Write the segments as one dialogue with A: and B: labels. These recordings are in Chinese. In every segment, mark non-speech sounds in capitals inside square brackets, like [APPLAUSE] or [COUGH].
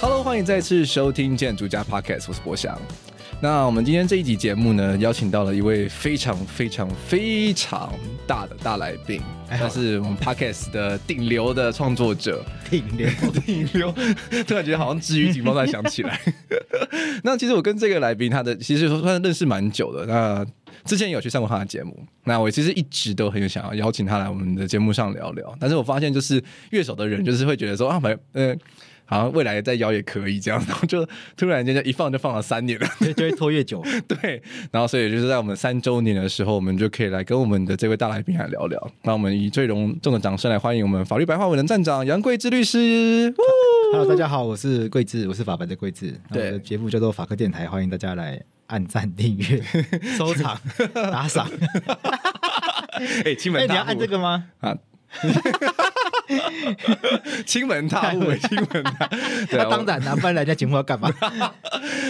A: Hello，欢迎再次收听《建筑家 Podcast》，我是博翔。那我们今天这一集节目呢，邀请到了一位非常非常非常大的大来宾，
B: 哎
A: 他是我们 Podcast 的顶流的创作者，
B: 顶流。
A: [LAUGHS] 顶流，突然觉得好像治愈警报弹响起来。 [LAUGHS] 那其实我跟这个来宾，他的其实算认识蛮久的。那之前有去上过他的节目，那我其实一直都很想要邀请他来我们的节目上聊聊，但是我发现就是乐手的人就是会觉得说啊，反正呃。好像未来再邀也可以这样，然后就突然间就一放就放了三年了， [LAUGHS]
B: 就就会拖 [LAUGHS] 越久，
A: 对，然后所以就是在我们三周年的时候，我们就可以来跟我们的这位大来宾来聊聊。那我们以最隆重的掌声来欢迎我们法律白话文的站长杨贵志律师。
B: Hello，大家好，我是桂智，我是法白的桂智。那
A: 对
B: 我的节目叫做法科电台，欢迎大家来按赞、订阅、 [LAUGHS] 收藏、打 [LAUGHS] 赏。
A: 哎、亲
B: 哎、
A: 门
B: 你要
A: 大户、
B: 按这个吗？
A: 啊！ [LAUGHS] 亲门踏户，亲门踏，对
B: 那
A: 啊，
B: 当然啦、不然来家节目要干嘛？ [LAUGHS]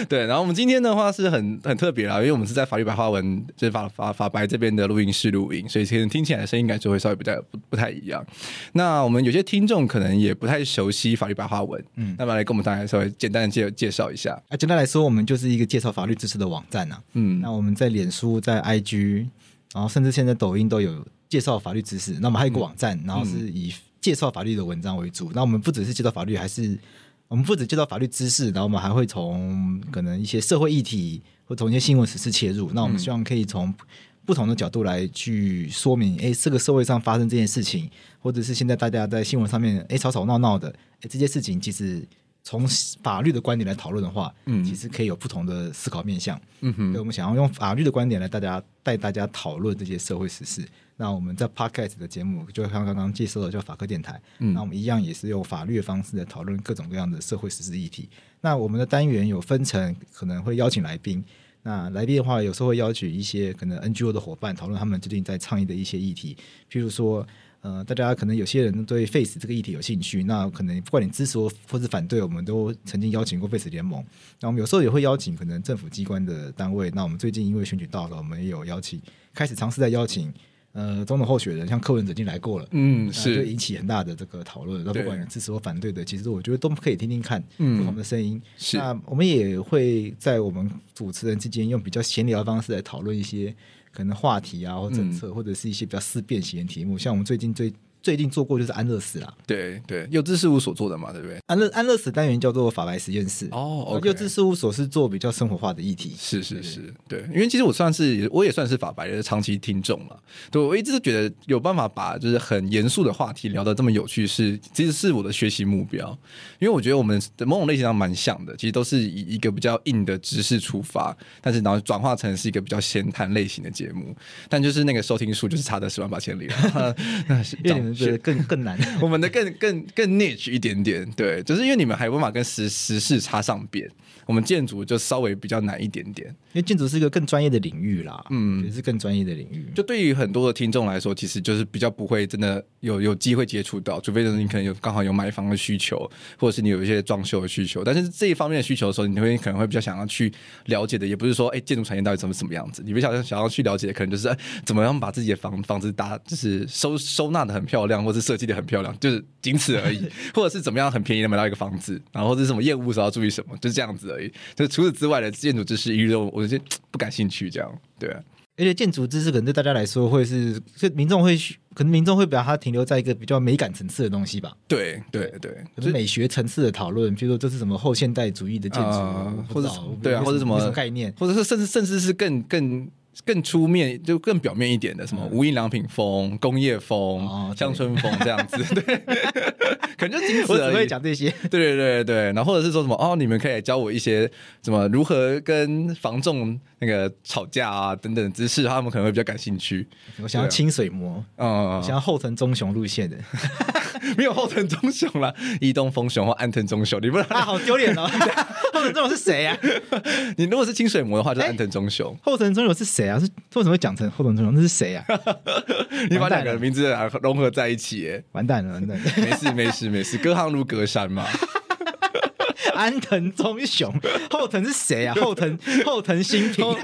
A: 对。然后我们今天的话是很很特别啦，因为我们是在法律白话文，就是法法法白这边的录音室录音，所以其实听起来的声音感觉会稍微不太不不太一样。那我们有些听众可能也不太熟悉法律白话文，嗯
B: 嗯，
A: 那么来跟我们大家稍微简单的介介绍一下，
B: 啊，简单来说，我们就是一个介绍法律知识的网站啊。
A: 嗯，
B: 那我们在脸书、在 IG，然后甚至现在抖音都有介绍法律知识。那我们还有一个网站，然后是以介绍法律的文章为主。那我们不只是介绍法律，还是我们不只介绍法律知识，然后我们还会从可能一些社会议题或从一些新闻时事切入。那我们希望可以从不同的角度来去说明，哎，这个社会上发生这件事情，或者是现在大家在新闻上面哎吵吵闹闹的，哎这件事情其实从法律的观点来讨论的话，
A: 嗯
B: 嗯，其实可以有不同的思考面向。
A: 嗯哼
B: 对，我们想要用法律的观点来大家带大家讨论这些社会时事。那我们在 podcast 的节目，就像刚刚介绍的叫法科电台，
A: 嗯
B: 那我们一样也是用法律的方式来讨论各种各样的社会时事议题。那我们的单元有分成，可能会邀请来宾。那来宾的话，有时候会邀请一些可能 NGO 的伙伴讨论他们最近在倡议的一些议题，譬如说，呃，大家可能有些人对 Face 这个议题有兴趣，那可能不管你支持或或是反对，我们都曾经邀请过 Face 联盟。那我们有时候也会邀请可能政府机关的单位。那我们最近因为选举到了，我们也有邀请，开始尝试在邀请呃总统候选人，像柯文哲已经来过了，
A: 嗯，
B: 那
A: 是
B: 就引起很大的这个讨论。那不
A: 对
B: 管你支持或反对的，其实我觉得都可以听听看
A: 嗯
B: 不同的声音。
A: 是
B: 那我们也会在我们主持人之间用比较闲聊的方式来讨论一些可能话题啊，或政
A: 嗯
B: 策，或者是一些比较思辨型的题目。像我们最近最最近做过就是安乐死啦，
A: 对对，幼稚事务所做的嘛，对不对？
B: 安乐安乐死单元叫做法白实验室。
A: 哦
B: 那
A: OK
B: 幼稚事务所是做比较生活化的议题，
A: 是是是，对，因为其实我算是我也算是法白的长期听众嘛，对我一直都觉得有办法把就是很严肃的话题聊得这么有趣是，其实是我的学习目标，因为我觉得我们的某种类型上蛮像的，其实都是以一个比较硬的知识出发，但是然后转化成是一个比较闲谈类型的节目，但就是那个收听数就是差的十万八千里了， [LAUGHS] 那是
B: 因为你们觉得更更难。 [LAUGHS]
A: 我们的更更更 niche 一点点，对，就是因为你们还有办法跟时时事插上边，我们建筑就稍微比较难一点点。
B: 因为建筑是一个更专业的领域啦，嗯，也是更专业的领域。
A: 就对于很多的听众来说，其实就是比较不会真的有有机会接触到，除非就是你可能有刚好有买房的需求，或者是你有一些装修的需求。但是这一方面的需求的时候，你会可能会比较想要去了解的，也不是说哎建筑产业到底怎么什么样子，你比较想想要去了解的，可能就是、哎怎么样把自己的房房子搭就是收收纳的很漂亮，或是设计的很漂亮，就是仅此而已，或者是怎么样很便宜的买到一个房子，然后是什么业务的时候要注意什么，就是这样子而已。就除此之外的建筑知识，一律都我就不感兴趣这样，对啊、
B: 而且建筑知识可能对大家来说会是，就民众会需可能民众会把它停留在一个比较美感层次的东西吧，
A: 对对对，
B: 可是美学层次的讨论，比如说这是什么后现代主义的建筑，
A: 啊
B: 我不知道
A: 或者
B: 我不
A: 对啊
B: 没
A: 或者什么 [LAUGHS]
B: 没什么概念，
A: 或者是甚至甚至是更更更出面就更表面一点的，什么无印良品风、工业
B: 嗯哦
A: 风、
B: 对
A: 乡村风这样子，
B: [LAUGHS]
A: 对，可能就仅
B: 我
A: 此
B: 只
A: 而
B: 会
A: 已。
B: 讲这些。
A: 对对对对，然后或者是说什么哦，你们可以教我一些什么如何跟房仲那个吵架啊等等知识，他们可能会比较感兴趣。
B: [LAUGHS] 我想要清水模，
A: 嗯，
B: 我想要后藤忠雄路线的，
A: 没有后藤忠雄啦，伊东丰雄或安藤忠雄，你不
B: 啊，
A: 然
B: 好丢脸哦！ [LAUGHS] 后藤忠雄是谁啊？
A: 你如果是清水模的
B: 哎
A: 话，就是安藤忠雄。
B: 后藤忠雄是谁啊？是为什么会讲成后藤忠雄？那是谁啊？
A: 你把
B: 完蛋
A: 两个
B: 了
A: 名字啊融合在一起耶，
B: 完蛋了，完蛋了！
A: 没事没事没事，隔行如隔山嘛。
B: [LAUGHS] 安藤忠雄，后藤是
A: [LAUGHS]
B: 谁啊？后藤后藤新平，啊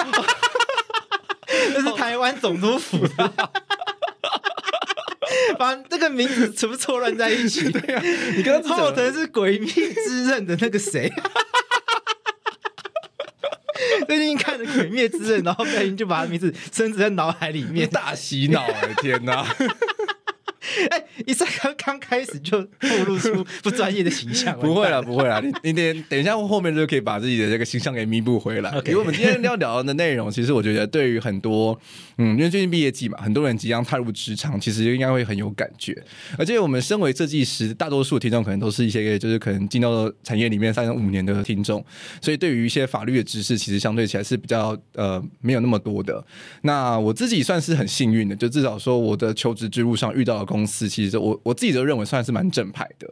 B: [LAUGHS] 这是台湾总督府的。
A: [LAUGHS]
B: 把这个名字全部错乱在一起。
A: [LAUGHS] 啊你刚刚只讲
B: 后藤是《鬼灭之刃》的那个谁？ [LAUGHS] 最近看了《鬼灭之刃》，然后不小心就把他名字深植在脑海里
A: 你 [LAUGHS]
B: 面。
A: 大洗脑哎，天哪！
B: 哎，一上刚刚开始就透露出不专业的形象，
A: 不会
B: 完蛋
A: 啦，不会啦，你你等等一下后面就可以把自己的这个形象给弥补回来。
B: OK
A: 因为我们今天要聊的内容，其实我觉得对于很多嗯，因为最近毕业季嘛，很多人即将踏入职场，其实应该会很有感觉。而且我们身为设计师，大多数听众可能都是一些就是可能进到产业里面三五年的听众，所以对于一些法律的知识，其实相对起来是比较呃没有那么多的。那我自己算是很幸运的，就至少说我的求职之路上遇到的公司，其实我我自己都认为算是蛮正派的。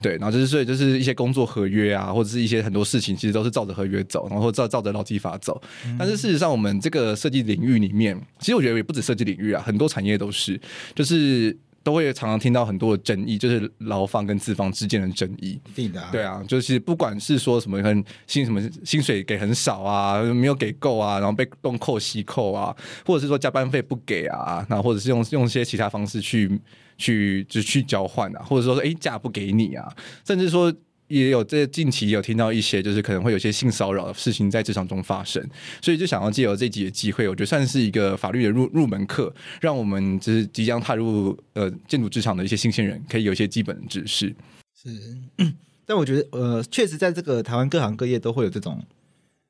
A: 对，然后就是所以就是一些工作合约啊，或者是一些很多事情，其实都是照着合约走，然后照照着劳基法走。但是事实上，我们这个设计领域里面，其实我觉得也不止设计领域啊，很多产业都是，就是都会常常听到很多的争议，就是劳方跟资方之间的争议。
B: 一定的啊
A: 对啊，就是不管是说什么很薪什么薪水给很少啊，没有给够啊，然后被东扣西扣啊，或者是说加班费不给啊，然后或者是用用一些其他方式去去就去交换啊，或者说诶假不给你啊，甚至说。也有这近期有听到一些，就是可能会有一些性骚扰的事情在职场中发生，所以就想要借由这集的机会，我觉得算是一个法律的入入门课，让我们就是即将踏入呃建筑职场的一些新鲜人，可以有一些基本的知识。
B: 是，但我觉得呃，确实在这个台湾各行各业都会有这种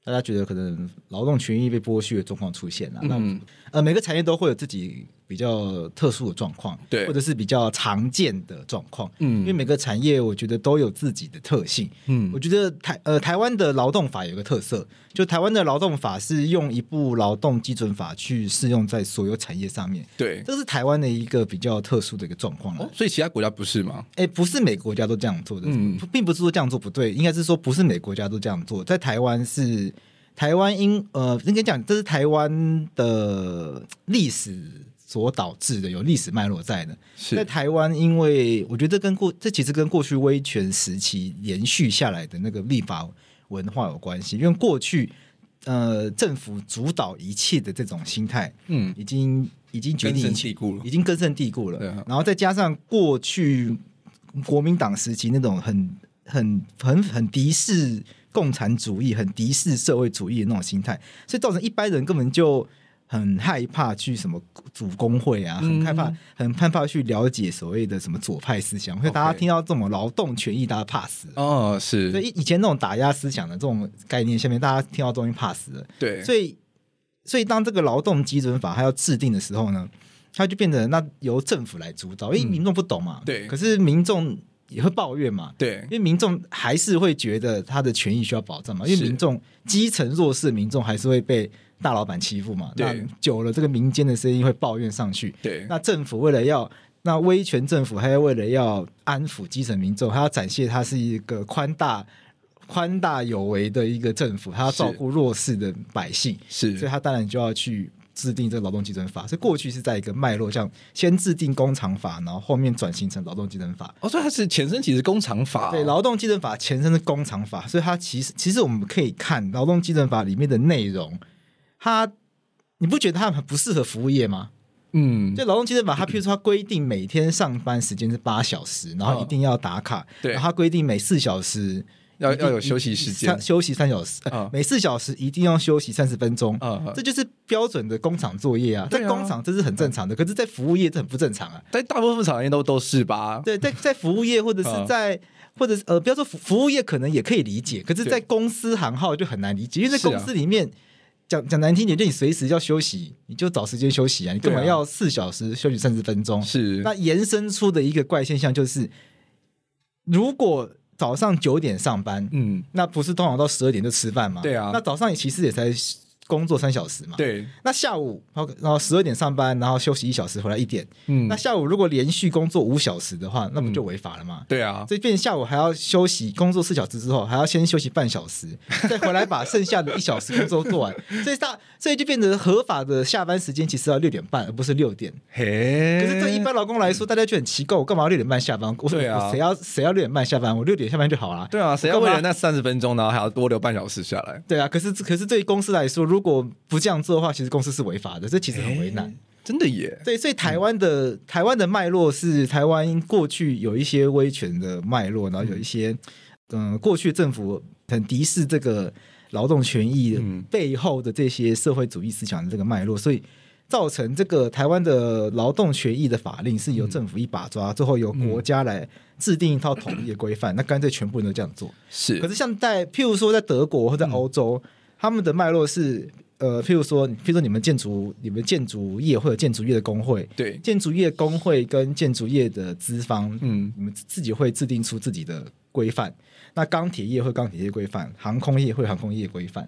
B: 大家觉得可能劳动权益被剥削的状况出现了。那、
A: 嗯
B: 呃，每个产业都会有自己比较特殊的状况，
A: 对
B: 或者是比较常见的状况。
A: 嗯
B: 因为每个产业我觉得都有自己的特性。
A: 嗯
B: 我觉得台呃台湾的劳动法有个特色，就台湾的劳动法是用一部劳动基准法去适用在所有产业上面。
A: 对，
B: 这是台湾的一个比较特殊的一个状况了
A: 哦，，所以其他国家不是吗？
B: 哎，不是每个国家都这样做的，
A: 嗯
B: 不并不是说这样做不对，应该是说不是每个国家都这样做。在台湾是台湾因呃，应该讲这是台湾的历史所导致的，有历史脉络在的。在
A: 是，
B: 台湾，因为我觉得跟过这其实跟过去威权时期延续下来的那个立法文化有关系，因为过去呃政府主导一切的这种心态，
A: 嗯，
B: 已经已经决定
A: 根
B: 一
A: 深
B: 切
A: 蒂固了
B: 已经根深蒂固了。
A: 对啊
B: 然后再加上过去国民党时期那种很很很很敌视共产主义、很敌视社会主义的那种心态，所以造成一般人根本就。很害怕去什么组工会啊，很害怕，
A: 嗯
B: 很害怕去了解所谓的什么左派思想，所以大家
A: OK
B: 听到这种劳动权益，大家怕死了。
A: 哦，
B: 所
A: 是，
B: 以以前那种打压思想的这种概念，下面大家听到东西怕死了，
A: 对，
B: 所以，所以当这个劳动基准法它要制定的时候呢，它就变成那由政府来主导，因为民众不懂嘛。
A: 嗯对
B: 可是民众也会抱怨嘛，
A: 对
B: 因，为民众还是会觉得他的权益需要保障嘛，因
A: 是
B: 为民众基层弱势民众还是会被大老板欺负嘛。那
A: 对
B: 久了，这个民间的声音会抱怨上去。
A: 对，
B: 那政府为了要那威权政府，他要为了要安抚基层民众，他要展现他是一个宽大、宽大有为的一个政府，他要照顾弱势的百姓，所以
A: 是，
B: 他当然就要去制定这个劳动基准法。所以过去是在一个脉络上，先制定工厂法，然后后面转型成劳动基准法。
A: 哦，所以它是前身其实工厂法，
B: 对，劳动基准法前身是工厂法，所以它其实其实我们可以看劳动基准法里面的内容，它你不觉得它很不适合服务业吗？
A: 嗯，
B: 就劳动基准法，它譬如说它规定每天上班时间是八小时，然后一定要打卡，
A: 嗯对
B: 然后它规定每四小时
A: 要
B: 一定
A: 要有休息时间
B: 三休息三小时，呃
A: 啊
B: 每四小时一定要休息三十分钟。
A: 啊，啊
B: 这就是标准的工厂作业啊，
A: 对啊嗯
B: 在工厂这是很正常的，可是，在服务业这很不正常啊。
A: 但大部分产业都都是吧，
B: 对，在
A: [LAUGHS]
B: 在服务业或者
A: 啊
B: 是在或者是呃，不要说服服务业可能也可以理解，可是，
A: 对
B: 在公司行号就很难理解，因为在
A: 是啊
B: 公司里面讲讲难听点，就你随时要休息，你就找时间休息啊，你干嘛
A: 对啊
B: 要四小时休息三十分钟？
A: 是
B: 那延伸出的一个怪现象就是，如果早上九点上班，
A: 嗯，
B: 那不是通常到十二点就吃饭吗？
A: 对啊
B: 那早上也其实也才工作三小时嘛。。
A: 对，
B: 那下午，然后然后十二点上班，然后休息一小时，回来一点。
A: 嗯
B: 那，下午如果连续工作五小时的话，那不就违法了吗？
A: 对啊，
B: 所以变成下午还要休息，工作四小时之后还要先休息半小
A: [LAUGHS]
B: 时，再回来把剩下的一小时工作做完。所以大，所以就变成合法的下班时间其实要六点半，而不是六点。
A: 嘿，
B: 可是对一般劳工来说，大家就很奇怪，我干嘛要六点半下班？我
A: 嗯对啊
B: 我谁要谁要六点半下班？我六点下班就好了。
A: 对啊，谁要
B: 我
A: 为
B: 干嘛
A: 了那三十分钟，然后还要多留半小时下来？
B: 对啊，可是可是对于公司来说，如果不这样做的话，其实公司是违法的，这其实很为难。
A: 哎真的耶，
B: 对，所以台湾的、台湾的脉络是台湾过去有一些威权的脉络，然后有一些嗯、呃过去政府很敌视这个劳动权益
A: 嗯
B: 背后的这些社会主义思想的这个脉络，所以造成这个台湾的劳动权益的法令是由政府一把抓，最后由国家来制定一套统一的规范，那干脆全部人都这样做。
A: 是
B: 可是像在譬如说在德国或在欧洲，他们的脉络是呃，譬如说，譬如说你们建筑你们建筑业会有建筑业的工会，
A: 对，
B: 建筑业工会跟建筑业的资方，
A: 嗯，
B: 你们自己会制定出自己的规范。那钢铁业会有钢铁业规范，航空业会有航空业规范。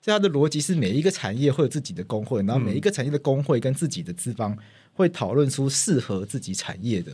B: 所以它的逻辑是每一个产业会有自己的工会，然后每一个产业的工会跟自己的资方会讨论出适合自己产业的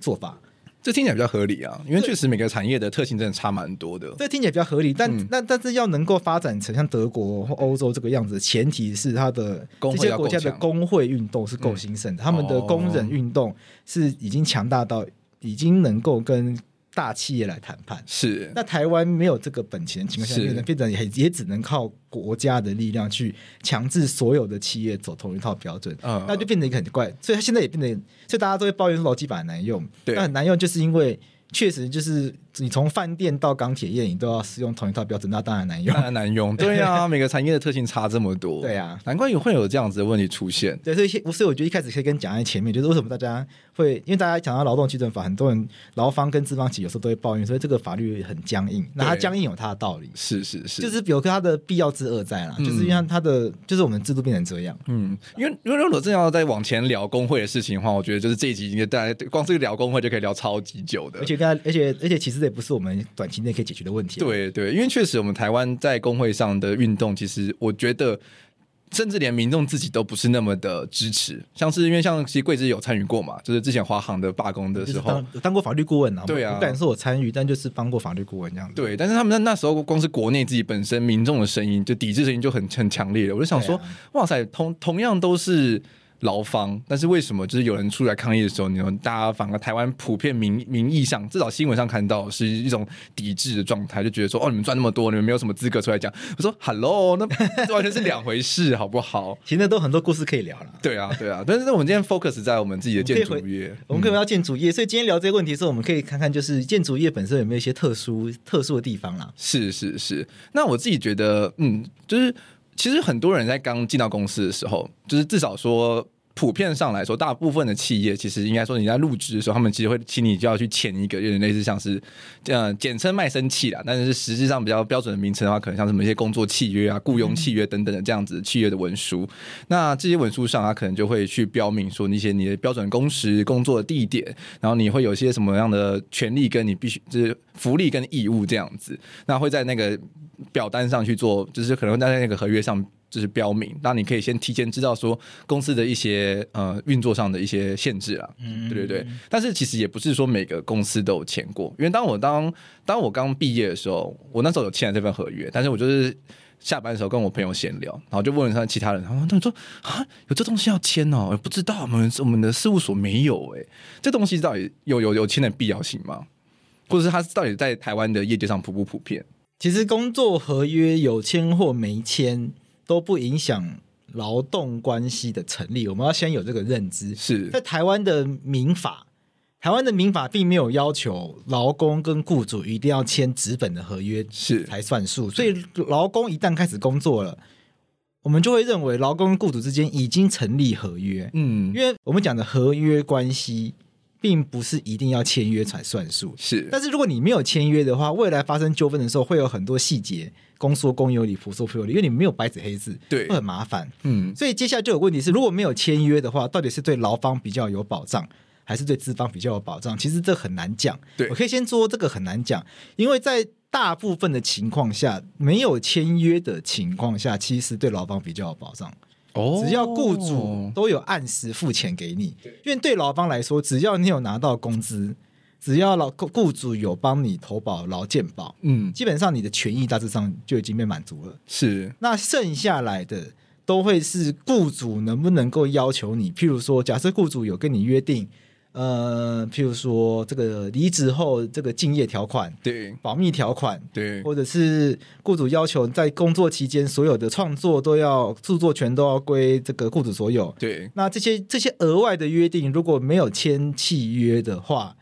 B: 做法。
A: 这听起来比较合理啊，因为确实每个产业的特性真的差蛮多的。
B: 这听起来比较合理，但、
A: 嗯
B: 那但是要能够发展成像德国或欧洲这个样子，前提是它的
A: 工
B: 这
A: 会
B: 些
A: 要
B: 国
A: 够
B: 家的
A: 强
B: 工会运动是够兴盛的，他们的
A: 哦
B: 工人运动是已经强大到已经能够跟大企业来谈判。
A: 是，
B: 那台湾没有这个本钱的情况下，
A: 是
B: 变成变成也也只能靠国家的力量去强制所有的企业走同一套标准，
A: 嗯
B: 那就变成一个很怪。所以它现在也变得，所以大家都会抱怨说劳基法很难用，
A: 对
B: 那很难用就是因为确实就是你从饭店到钢铁业，你都要使用同一套标准，那当然难用
A: 当。然难
B: [LAUGHS]
A: 用。对啊，每个产业的特性差这么多。
B: 对啊
A: 难怪有会有这样子的问题出现。
B: 对，所以一些所以我觉得一开始可以跟讲在前面，就是为什么大家会，因为大家讲到劳动基准法，很多人劳方跟资方其实有时候都会抱怨，所以这个法律很僵硬。那它
A: 对
B: 僵硬有它的道理，
A: 是是是，
B: 就是有它的必要之恶在啦，就是因为它的就是我们制度变成这样，
A: 嗯，因为因为如果真要再往前聊工会的事情的话，我觉得就是这一集应该大家光是聊工会就可以聊超级久的
B: 而。且跟它而且而且其实这也不是我们短期内可以解决的问题。，啊
A: 对对，因为确实我们台湾在工会上的运动，其实我觉得。甚至连民众自己都不是那么的支持，像是因为像其实桂枝有参与过嘛，就是之前华航的罢工的
B: 就
A: 时
B: 是
A: 候
B: 当，我当过法律顾问啊，
A: 对啊
B: 我不敢说我参与，但就是当过法律顾问这样子。
A: 对，但是他们那那时候光是国内自己本身民众的声音，就抵制声音就很很强烈了。我就想说，
B: 对啊
A: 哇塞，同同样都是劳方，但是为什么就是有人出来抗议的时候，你们大家反而台湾普遍民民意上，至少新闻上看到是一种抵制的状态，就觉得说，哦，你们赚那么多，你们没有什么资格出来讲。我说，hello，那这完全是两回事，好不好？ [LAUGHS]
B: 其实都很多故事可以聊了。
A: 对啊，对啊，但是我们今天 focus 在我们自己的建
B: 我
A: 筑
B: 们可以
A: 业，
B: 我们可能要建筑业，所以今天聊这个问题的时候，我们可以看看就是建筑业本身有没有一些特殊特殊的地方啦。
A: 是是是，那我自己觉得，嗯，就是其实很多人在刚进到公司的时候，就是至少说。普遍上来说，大部分的企业其实应该说，你在入职的时候，他们其实会请你就要去签一个有点类似像是，呃，简称卖身契啦，但是实际上比较标准的名称的话，可能像什么一些工作契约啊、雇佣契约等等的这样子契约的文书。那这些文书上，它啊可能就会去标明说一些你的标准工时、工作的地点，然后你会有一些什么样的权利跟你必须就是福利跟义务这样子，那会在那个表单上去做，就是可能会在那个合约上。就是标明，那你可以先提前知道说公司的一些呃运作上的一些限制啦，嗯，对对对。但是其实也不是说每个公司都有签过，因为当我当当我刚毕业的时候，我那时候有签了这份合约，但是我就是下班的时候跟我朋友闲聊，然后就问了一下其他人，然后他们说啊，有这东西要签哦，不知道我们我们的事务所没有哎、这东西到底有有有签的必要性吗？或者是它到底在台湾的业界上普不普遍？
B: 其实工作合约有签或没签都不影响劳动关系的成立，我们要先有这个认知。
A: 是
B: 在台湾的民法，台湾的民法并没有要求劳工跟雇主一定要签纸本的合约
A: 是
B: 才算数，所以劳工一旦开始工作了，我们就会认为劳工跟雇主之间已经成立合约，
A: 嗯
B: 因为我们讲的合约关系并不是一定要签约才算数。
A: 是
B: 但是如果你没有签约的话，未来发生纠纷的时候，会有很多细节，公说公有理，婆说婆有理，因为你没有白纸黑字，
A: 对
B: 会很麻烦。
A: 嗯
B: 所以接下来就有问题是，如果没有签约的话，到底是对劳方比较有保障，还是对资方比较有保障？其实这很难讲。
A: 对
B: 我可以先说这个很难讲，因为在大部分的情况下，没有签约的情况下，其实对劳方比较有保障。
A: 哦
B: 只要雇主都有按时付钱给你，因为对劳方来说，只要你有拿到工资，只要劳雇雇主有帮你投保劳健保，
A: 嗯
B: 基本上你的权益大致上就已经被满足了。
A: 是
B: 那剩下来的都会是雇主能不能够要求你，譬如说，假设雇主有跟你约定，呃，譬如说这个离职后这个竞业条款、
A: 对
B: 保密条款，
A: 对
B: 或者是雇主要求在工作期间所有的创作都要著作权都要归这个雇主所有。
A: 对
B: 那这些这些额外的约定，如果没有签契约的话，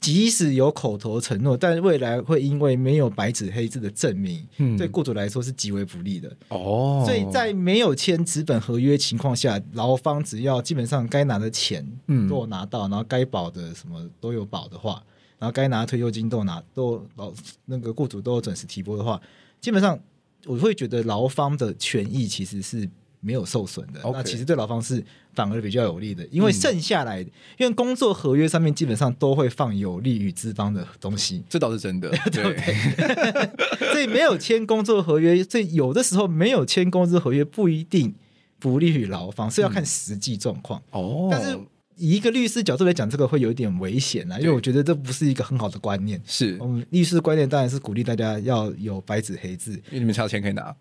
B: 即使有口头承诺，但未来会因为没有白纸黑字的证明，
A: 嗯
B: 对雇主来说是极为不利的。
A: 哦，
B: 所以在没有签纸本合约情况下，劳方只要基本上该拿的钱
A: 嗯
B: 都有拿到，然后该保的什么都有保的话，然后该拿的退休金都有拿都劳那个雇主都有准时提拨的话，基本上我会觉得劳方的权益其实是。没有受损的
A: OK
B: 那其实对劳方是反而比较有利的，因为剩下来，
A: 嗯
B: 因为工作合约上面基本上都会放有利于资方的东西，
A: [LAUGHS] 这倒是
B: [LAUGHS]
A: 真的，对
B: 所以没有签工作合约，所以有的时候没有签工作合约不一定不利于劳方，是要看实际状况。
A: 哦，
B: [LAUGHS] 但是以一个律师角度来讲，这个会有一点危险啊，因为
A: 对
B: 我觉得这不是一个很好的观念。
A: 是
B: 我们律师的观念当然是鼓励大家要有白纸黑字，
A: 因为你们差钱可以拿，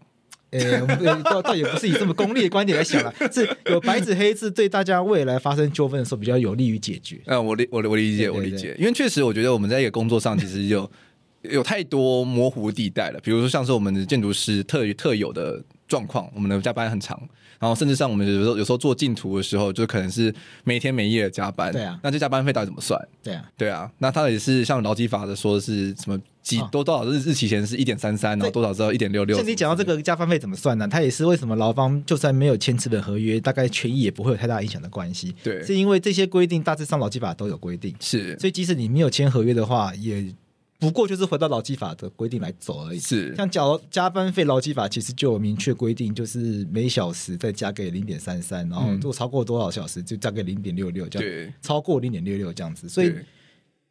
B: 呃，我们呃倒倒也不是以这么功利的观点来想了，是有白纸黑字对大家未来发生纠纷的时候比较有利于解决。
A: 嗯，我理我理我理解
B: 对对
A: 我理解，因为确实我觉得我们在一个工作上其实有有太多模糊地带了，比如说像是我们的建筑师特特有的状况，我们的加班很长，然后甚至像我们有时候有时候做进图的时候，就可能是每天每夜的加班，
B: 对啊
A: 那这加班费到底怎么算？
B: 对啊，
A: 对啊，那他也是像劳基法的说是什么几
B: 啊
A: 多多少日日期前是一点三三，然后
B: 对
A: 多少之后一点六六，
B: 像你讲到这个加班费怎么算呢？它也是为什么劳方就算没有签资本合约，大概权益也不会有太大影响的关系。
A: 对
B: 是因为这些规定大致上劳基法都有规定，
A: 是
B: 所以即使你没有签合约的话，也不过就是回到劳基法的规定来走而已。
A: 是
B: 像缴加班费劳基法其实就有明确规定，就是每小时再加给零点三三，然后
A: 嗯
B: 如果超过多少小时就加给零点六六，这样
A: 对，
B: 超过零点六六这样子，所以
A: 对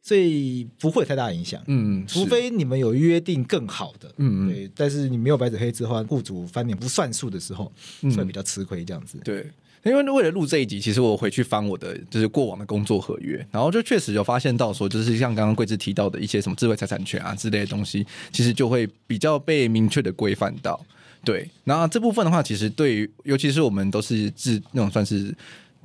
B: 所以不会有太大影响。
A: 嗯，
B: 除
A: 是
B: 非你们有约定更好的，
A: 嗯嗯
B: 对，但是你没有白纸黑字的话，雇主翻脸不算数的时候，
A: 嗯
B: 会比较吃亏这样子。
A: 对，因为为了录这一集，其实我回去翻我的就是过往的工作合约，然后就确实有发现到说，就是像刚刚桂枝提到的一些什么智慧财产权啊之类的东西，其实就会比较被明确的规范到。对，那这部分的话，其实对于尤其是我们都是智那种算是。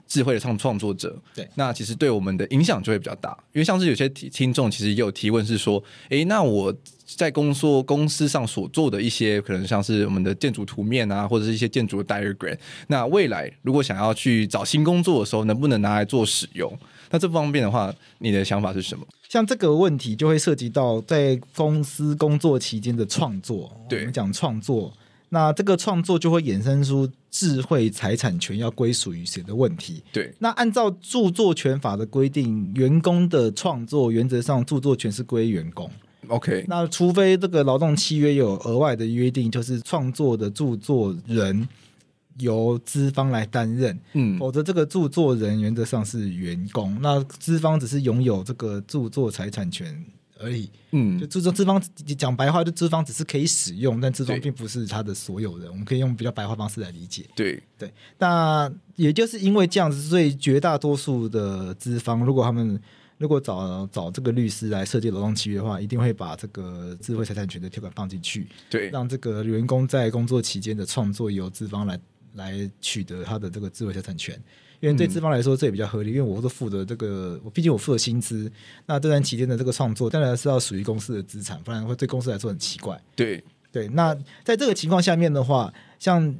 A: 智慧的创创作者，
B: 对
A: 那其实对我们的影响就会比较大，因为像是有些听听众其实也有提问是说，诶，那我在工作公司上所做的一些可能像是我们的建筑图面啊，或者是一些建筑的 diagram，那未来如果想要去找新工作的时候，能不能拿来做使用？那这方面的话，你的想法是什么？
B: 像这个问题就会涉及到在公司工作期间的创作，
A: 对
B: 我们讲创作，那这个创作就会衍生出智慧财产权要归属于谁的问题。
A: 对，
B: 那按照著作权法的规定，员工的创作原则上著作权是归员工。
A: OK，
B: 那除非这个劳动契约有额外的约定，就是创作的著作人由资方来担任，
A: 嗯，
B: 否则这个著作人原则上是员工，那资方只是拥有这个著作财产权而已。就
A: 嗯，
B: 资资方讲白话，就资方只是可以使用，但资方
A: 对
B: 并不是他的所有人。我们可以用比较白话方式来理解。
A: 对，
B: 对，那也就是因为这样子，所以绝大多数的资方，如果他们如果找找这个律师来设计劳动契约的话，一定会把这个智慧财产权的条款放进去，
A: 对，
B: 让这个员工在工作期间的创作由资方来来取得他的这个智慧财产权。因为对资方来说，这也比较合理，因为我是负责这个，我毕竟我负责薪资，那这段期间的这个创作当然是要属于公司的资产，不然会对公司来说很奇怪。
A: 对，
B: 对，那在这个情况下面的话，像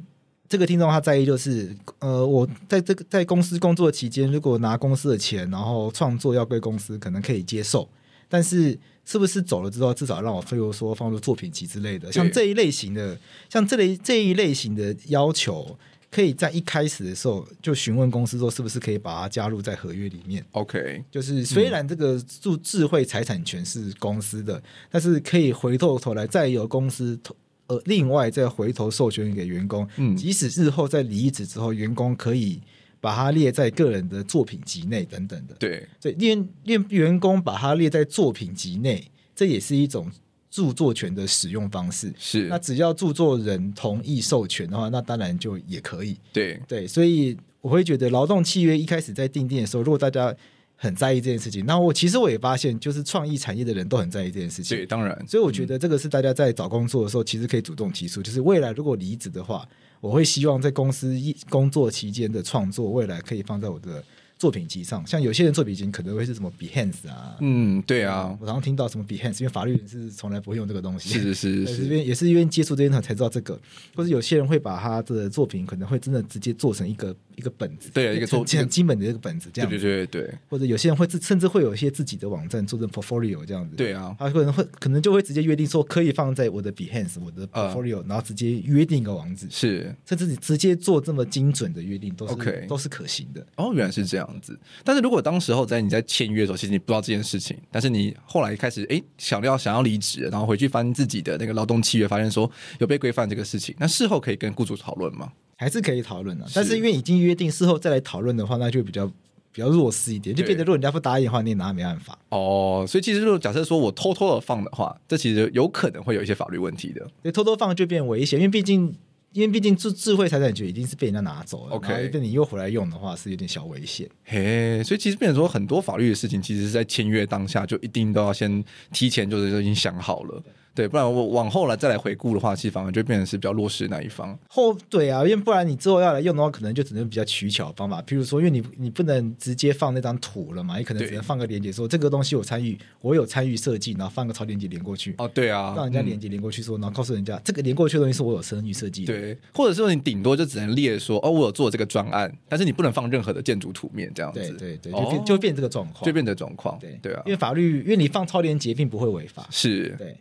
B: 这个听众他在意就是，呃，我在这个在公司工作期间，如果拿公司的钱，然后创作要归公司，可能可以接受，但是是不是走了之后，至少让我譬如说放入作品集之类的，像这一类型的，像这类这一类型的要求。可以在一开始的时候就询问公司说，是不是可以把它加入在合约里面。
A: OK，
B: 就是虽然这个智智慧财产权是公司的，但是可以回过头来再由公司投呃另外再回头授权给员工，
A: 嗯
B: 即使日后在离职之后，员工可以把它列在个人的作品集内等等的。
A: 对，
B: 所以练练员工把它列在作品集内，这也是一种著作权的使用方式。
A: 是
B: 那，只要著作人同意授权的话，那当然就也可以。
A: 对，
B: 对，所以我会觉得劳动契约一开始在定定的时候，如果大家很在意这件事情，那我其实我也发现，就是创意产业的人都很在意这件事
A: 对，嗯
B: 情。
A: 当然，
B: 所以我觉得这个是大家在找工作的时候，其实可以主动提出，就是未来如果离职的话，我会希望在公司一工作期间的创作，未来可以放在我的作品集上。像有些人作品集可能会是什么 Behance 啊，
A: 嗯，对啊，
B: 我常常听到什么 Behance，因为法律人是从来不会用这个东西。
A: 是是是
B: 对这
A: 是，
B: 边也是因为接触这边才知道这个，或者有些人会把他的作品可能会真的直接做成一个一个本子，
A: 对啊一个作
B: 很很基本的一个本子
A: 对
B: 这样
A: 对
B: 子，
A: 对对
B: 或者有些人会自甚至会有一些自己的网站做成 portfolio 这样子，
A: 对啊，
B: 他可能会可能就会直接约定说可以放在我的 Behance 我的
A: 呃
B: portfolio，、然后直接约定一个网址，
A: 是。
B: 甚至你直接做这么精准的约定都是
A: OK
B: 都是可行的。
A: 哦，原来是这样子。但是如果当时候在你在签约的时候，其实你不知道这件事情，但是你后来开始哎想要想要离职，然后回去翻自己的那个劳动契约，发现说有被规范这个事情，那事后可以跟雇主讨论吗？
B: 还是可以讨论的，啊
A: 是
B: 但是因为已经约定，事后再来讨论的话，那就比较比较弱势一点，就
A: 对
B: 变得如果人家不答应的话，你也拿他没办法。
A: 哦，所以其实如果假设说我偷偷的放的话，这其实有可能会有一些法律问题的。
B: 对，偷偷放就变危险，因为毕竟，因为毕竟智智慧财产权已经是被人家拿走了
A: OK
B: 然后被你又回来用的话，是有点小危险。
A: 嘿，所以其实变成说很多法律的事情，其实是在签约当下就一定都要先提前就是就已经想好了，对，不然我往后来再来回顾的话，其实反而就变成是比较弱势的那一方。
B: 后对啊，因为不然你之后要来用的话，可能就只能比较取巧的方法，譬如说，因为你你不能直接放那张图了嘛，你可能
A: 对
B: 只能放个链接说这个东西我参与，我有参与设计，然后放个超链接连过去，
A: 哦，对啊，
B: 让人家
A: 嗯
B: 连接连过去说，然后告诉人家这个连过去的东西是我有参与设计的。
A: 对，或者说你顶多就只能列说哦，我有做这个专案，但是你不能放任何的建筑图面这样
B: 对
A: 子。
B: 对对，
A: 哦
B: 就变、就变这个状况，
A: 就变的状况。
B: 对
A: 对啊
B: 因，为法律，因为你放超链接并不会违法，
A: 是
B: 对。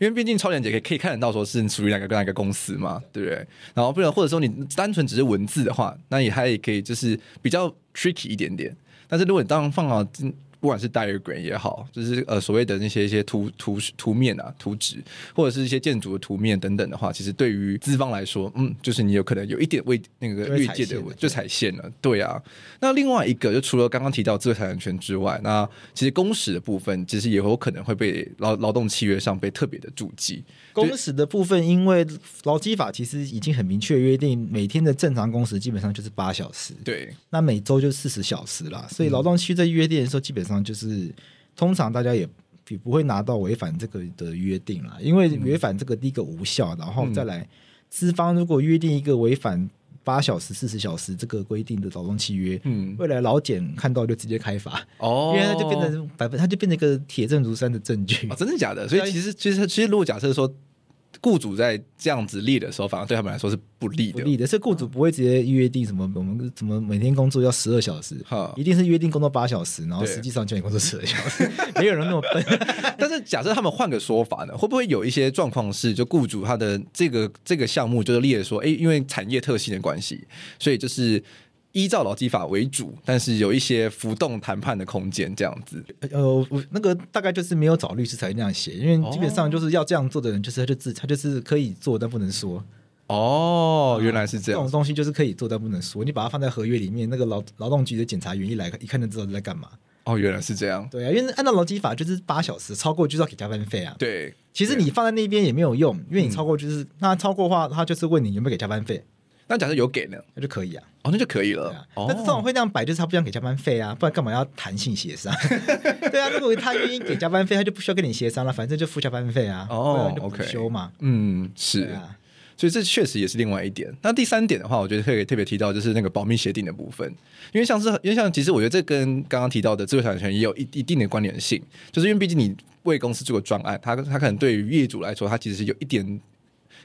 A: 因为毕竟超链接可以可以看得到说是属于哪个哪个公司嘛，对不对？然后不然或者说你单纯只是文字的话，那也还也可以就是比较 tricky 一点点。但是如果你当放好嗯不管是 diagram 也好，就是呃所谓的那些一些图图图面啊、图纸，或者是一些建筑的图面等等的话，其实对于资方来说，嗯，就是你有可能有一点为那个
B: 就会
A: 越
B: 踩
A: 界的
B: 线了
A: 就踩线了，对啊。那另外一个，就除了刚刚提到知识产权之外，那其实工时的部分，其实也有可能会被劳劳动契约上被特别的注记。
B: 工时的部分，因为劳基法其实已经很明确约定，每天的正常工时基本上就是八小时，
A: 对，
B: 那每周就四十小时啦。所以劳动契约在约定的时候，基本上就是通常大家也也不会拿到违反这个的约定啦，因为违反这个第一个无效，然
A: 嗯
B: 后再来资方如果约定一个违反八小时、四十小时这个规定的劳动契约，
A: 嗯，
B: 未来劳检看到就直接开罚，
A: 哦
B: 因为它就变成百分，它就变成一个铁证如山的证据
A: 哦，。真的假的？所以其实其实其实如果假设说雇主在这样子列的时候，反而对他们来说是不利
B: 不
A: 的。
B: 利的，是雇主不会直接约定什么我们怎么每天工作要十二小时
A: 哈，
B: 一定是约定工作八小时，然后
A: 对
B: 实际上叫你工作十二小时， [LAUGHS] 没有人那么笨。
A: 但是假设他们换个说法呢，会不会有一些状况是，就雇主他的这个这个项目就是列说，哎、因为产业特性的关系，所以就是依照劳基法为主，但是有一些浮动谈判的空间这样子。
B: 呃，我我那个大概就是没有找律师才会那样写，因为基本
A: 哦
B: 上就是要这样做的人，就是他就自他就是可以做但不能说，
A: 哦，原来是这
B: 这
A: 样
B: 种。东西就是可以做但不能说，你把它放在合约里面，那个劳劳动局的检察员一来一看就知道在干嘛。
A: 哦，原来是这样。
B: 对啊，因为按照劳基法就是八小时，超过就是要给加班费啊。
A: 对，嗯
B: 其实你放在那边也没有用，因为你超过就是、那超过的话，他就是问你有没有给加班费，
A: 那假设有给呢？
B: 那就可以啊。
A: 哦，那就可以
B: 对
A: 了
B: 啊。，
A: 哦，
B: 但是这种会那样摆，就是他不想给加班费啊，不然干嘛要弹性
A: [LAUGHS]
B: 协商？对啊，如果他愿意给加班费，他就不需要跟你协商了，反正就付加班费啊，
A: 哦
B: 不然就补
A: OK
B: 休嘛。
A: 嗯，是。
B: 对啊，
A: 所以这确实也是另外一点。那第三点的话，我觉得可以特别提到就是那个保密协定的部分，因为像是因为像其实我觉得这跟刚刚提到的知识产权也有一一定的关联性，就是因为毕竟你为公司做个专案，它它可能对于业主来说，它其实有一点。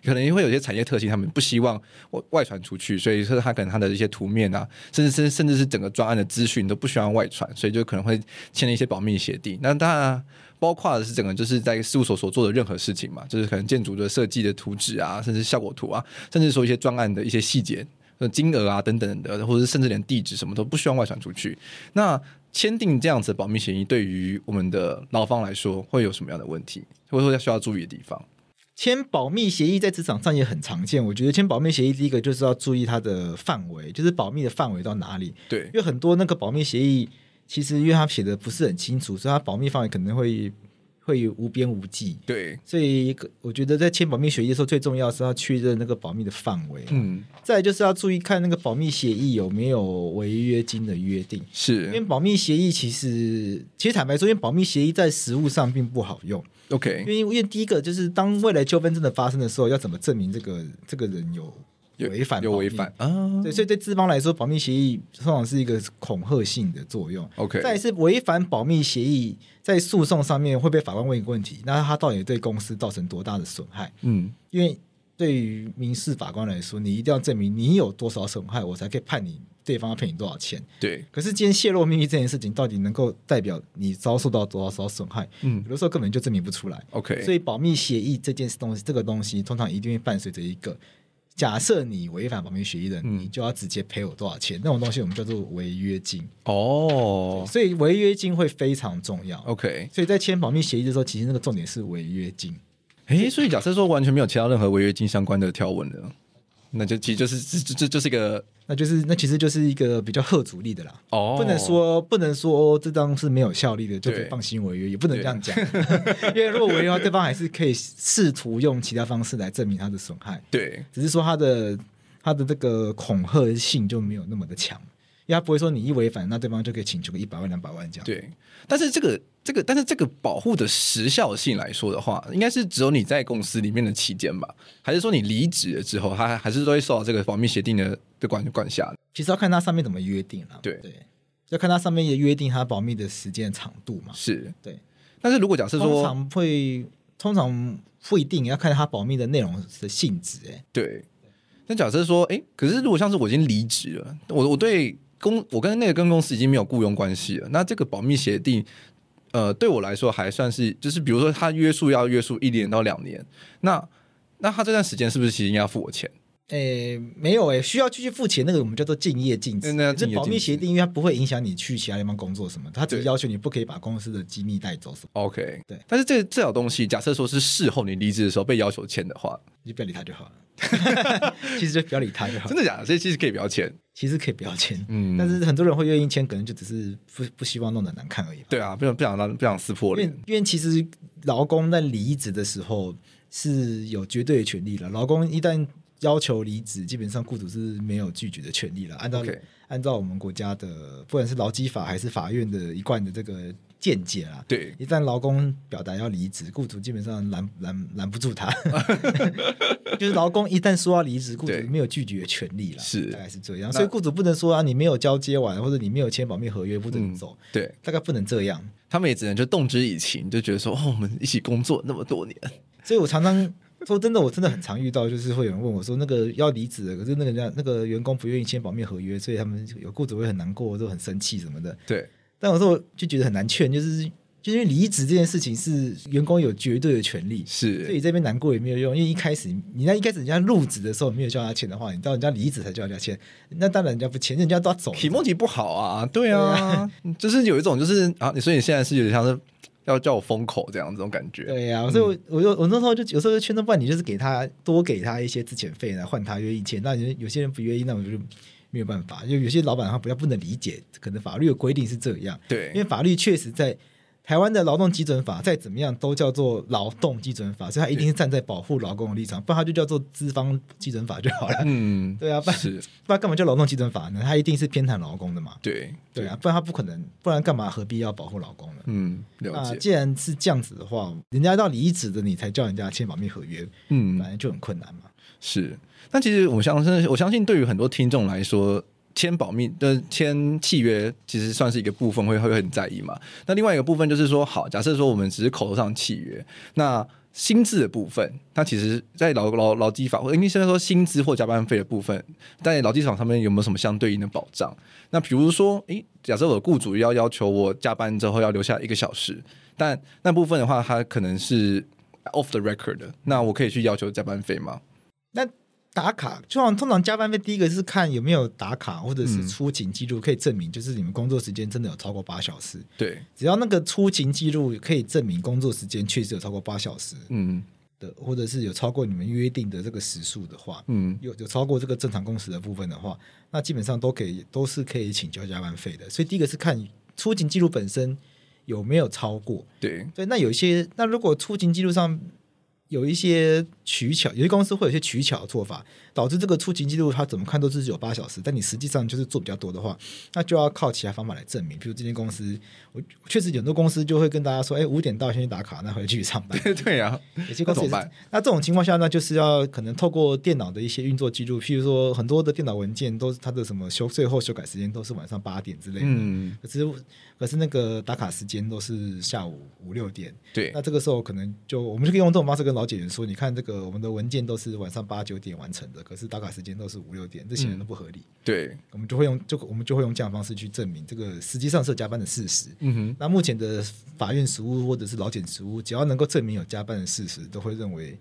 A: 可能会有些产业特性，他们不希望外外传出去，所以说他可能他的一些图面啊，甚至是甚至是整个专案的资讯都不希望外传，所以就可能会签了一些保密协定。那当然啊、包括的是整个就是在事务所所做的任何事情嘛，就是可能建筑的设计的图纸啊，甚至效果图啊，甚至说一些专案的一些细节。呃金额啊等等的，或者是甚至连地址什么都不希望外传出去。那签订这样子的保密协议，对于我们的劳方来说会有什么样的问题，或者说要需要注意的地方？
B: 签保密协议在职场上也很常见。我觉得签保密协议，第一个就是要注意它的范围，就是保密的范围到哪里。
A: 对
B: 因，为很多那个保密协议，其实因为它写的不是很清楚，所以它保密范围可能会会无边无际。
A: 对，
B: 所以我觉得在签保密协议的时候，最重要是要确认那个保密的范围。
A: 嗯，
B: 再来就是要注意看那个保密协议有没有违约金的约定，因为
A: 是
B: 保密协议其实其实坦白说，因为保密协议在实务上并不好用。因
A: OK，
B: 为因为第一个就是当未来纠纷真的发生的时候，要怎么证明这个这个人有
A: 有
B: 违反
A: 有
B: 保
A: 违
B: 密
A: 反？啊
B: 对，所以对资方来说，保密协议通常是一个恐吓性的作用。
A: ，OK，
B: 再来是违反保密协议，在诉讼上面会被法官问一个问题：那他到底对公司造成多大的损害？
A: 嗯，
B: 因为对于民事法官来说，你一定要证明你有多少损害，我才可以判你对方要赔你多少钱。
A: 对，
B: 可是今天泄露秘密这件事情，到底能够代表你遭受到多少损害？
A: 嗯
B: 有的时候根本就证明不出来。
A: ，OK，
B: 所以保密协议这件东西，这个东西通常一定会伴随着一个。假设你违反保密协议的，
A: 嗯
B: 你就要直接赔我多少钱？那种东西我们叫做违约金，
A: 哦
B: 所以违约金会非常重要。
A: ，OK，
B: 所以在签保密协议的时候，其实那个重点是违约金。
A: 诶，所以假设说完全没有签到任何违约金相关的条文的，那就其实就是这这这就是一个
B: 那就是那其实就是一个比较贺阻力的啦。
A: 哦
B: 不能说不能说这张是没有效力的，就可以
A: 对
B: 放心违约，也不能
A: 对
B: 这样讲， [LAUGHS] 因为如果违约的话，对方还是可以试图用其他方式来证明他的损害，
A: 对
B: 只是说他的他的这个恐吓性就没有那么的强，因为他不会说你一违反，那对方就可以请求个一百万两百万这样。
A: 对，但是这个这个但是这个保护的时效性来说的话，应该是只有你在公司里面的期间吧？还是说你离职了之后，他还是都会受到这个保密协定的的管管辖？
B: 其实要看他上面怎么约定了。
A: 对
B: 对，要看他上面也约定他保密的时间长度嘛。
A: 是
B: 对，
A: 但是如果假设
B: 通
A: 说
B: 常会通常不一定要看他保密的内容的性质、欸，
A: 对，那假设说，诶，可是如果像是我已经离职了，我我对公我跟那个跟公司已经没有雇佣关系了，那这个保密协定。呃，对我来说还算是，就是比如说，他约束要约束一年到两年，那那他这段时间是不是其实应该要付我钱？
B: 诶，没有诶，需要继续付钱那个我们叫做竞业禁止，
A: 嗯那要
B: 可是
A: 竞业
B: 保密
A: 禁止
B: 协定，因为它不会影响你去其他地方工作什么的，它只是
A: 对
B: 要求你不可以把公司的机密带走什么，
A: OK，
B: 对
A: 但是这这种东西，假设说是事后你离职的时候被要求签的话，
B: 你就不要理他就好了。
A: [LAUGHS]
B: 其实就不要理他就好
A: 真
B: 了，
A: 的假的？这其实可以不要签。
B: 其实可以不要签，
A: 嗯
B: 但是很多人会愿意签，可能就只是不不希望弄得很难看而已吧。
A: 对啊，不想不想让不想撕破
B: 因为
A: 脸。
B: 因为其实劳工在离职的时候是有绝对的权利了，劳工一旦要求离职，基本上雇主是没有拒绝的权利了。按照
A: OK
B: 按照我们国家的，不管是劳基法还是法院的一贯的这个见解啦。
A: 对
B: 一旦劳工表达要离职，雇主基本上拦拦拦不
A: [LAUGHS]
B: 住他，就是劳工一旦说要离职，雇主
A: 对
B: 没有拒绝的权利了，
A: 是
B: 大概是这样，所以雇主不能说啊，你没有交接完，或者你没有签保密合约，不准
A: 嗯
B: 走，
A: 对，
B: 大概不能这样。
A: 他们也只能就动之以情，就觉得说哦，我们一起工作那么多年，
B: 所以我常常说真的，我真的很常遇到，就是会有人问我说，那个要离职了，可是那个人家那个员工不愿意签保密合约，所以他们有雇主会很难过，都很生气什么的。
A: 对
B: 但有时候就觉得很难劝，就是就是因为离职这件事情是员工有绝对的权利。所以
A: 是，
B: 这边难过也没有用，因为一开始你那一开始人家入职的时候没有叫他签的话，你到人家离职才叫人家签，那当然人家不签，人家都要走了。
A: 体梦级不好啊，对啊， [LAUGHS] 就是有一种就是啊，你所以你现在是有点像是要叫我封口这样这种感觉。
B: 对呀、所以我我就我那时候就有时候就劝他，不然你就是给他多给他一些资遣费呢，换他愿意签。那有有些人不愿意，那我就没有办法。就有些老板他比较不能理解，可能法律的规定是这样，因为
A: 对
B: 法律确实在台湾的劳动基准法再怎么样都叫做劳动基准法，所以他一定是站在保护劳工的立场，不然他就叫做资方基准法就好了。 [LAUGHS]
A: 嗯，
B: 对啊不然
A: 是，
B: 不然干嘛叫劳动基准法呢？他一定是偏袒劳工的嘛。
A: 对
B: 对，啊，不然他不可能，不然干嘛何必要保护劳工呢？
A: 嗯，了
B: 啊，
A: 解，
B: 既然是这样子的话，人家要离职的，你才叫人家签保密合约，
A: 嗯
B: 本，来就很困难嘛。
A: 是，但其实我相信，我相信对于很多听众来说，签保密的签契约，其实算是一个部分会会很在意嘛。那另外一个部分就是说，好，假设说我们只是口头上契约，那薪资的部分，它其实在劳劳劳基法，或应该是说薪资或加班费的部分，在劳基法上面有没有什么相对应的保障？那比如说，诶，假设我的雇主要要求我加班之后要留下一个小时，但那部分的话，它可能是 off the record 的，那我可以去要求加班费吗？
B: 那打卡，就好像通常加班费第一个是看有没有打卡或者
A: 嗯
B: 是出勤记录可以证明，就是你们工作时间真的有超过八小时。
A: 对，
B: 只要那个出勤记录可以证明工作时间确实有超过八小时
A: 嗯
B: 的，或者是有超过你们约定的这个时数的话，
A: 嗯，
B: 有有超过这个正常工时的部分的话，那基本上都可以都是可以请求加班费的。所以第一个是看出勤记录本身有没有超过，
A: 对， [LAUGHS]
B: 对，那有一些，那如果出勤记录上有一些取巧，有些公司会有一些取巧的做法，导致这个出勤记录它怎么看都是有八小时，但你实际上就是做比较多的话，那就要靠其他方法来证明。比如这间公司，我确实有很多公司就会跟大家说，哎，五点到先去打卡，那回去上
A: [LAUGHS]
B: 班。
A: 对呀、啊，
B: 有些公司
A: 那怎么
B: 也是
A: 办
B: 那这种情况下，那就是要可能透过电脑的一些运作记录，譬如说很多的电脑文件都是它的什么修最后修改时间都是晚上八点之类的。
A: 嗯，
B: 可是，可是那个打卡时间都是下午五六点，
A: 对
B: 那，这个时候可能就我们就可以用这种方式跟老解员说，你看这个我们的文件都是晚上八九点完成的，可是打卡时间都是五六点，这显然都不合理。
A: 对，
B: 我们就会用就我们就会用这样的方式去证明这个实际上是有加班的事实。
A: 嗯哼，
B: 那目前的法院实务或者是劳检实务，只要能够证明有加班的事实，都会认为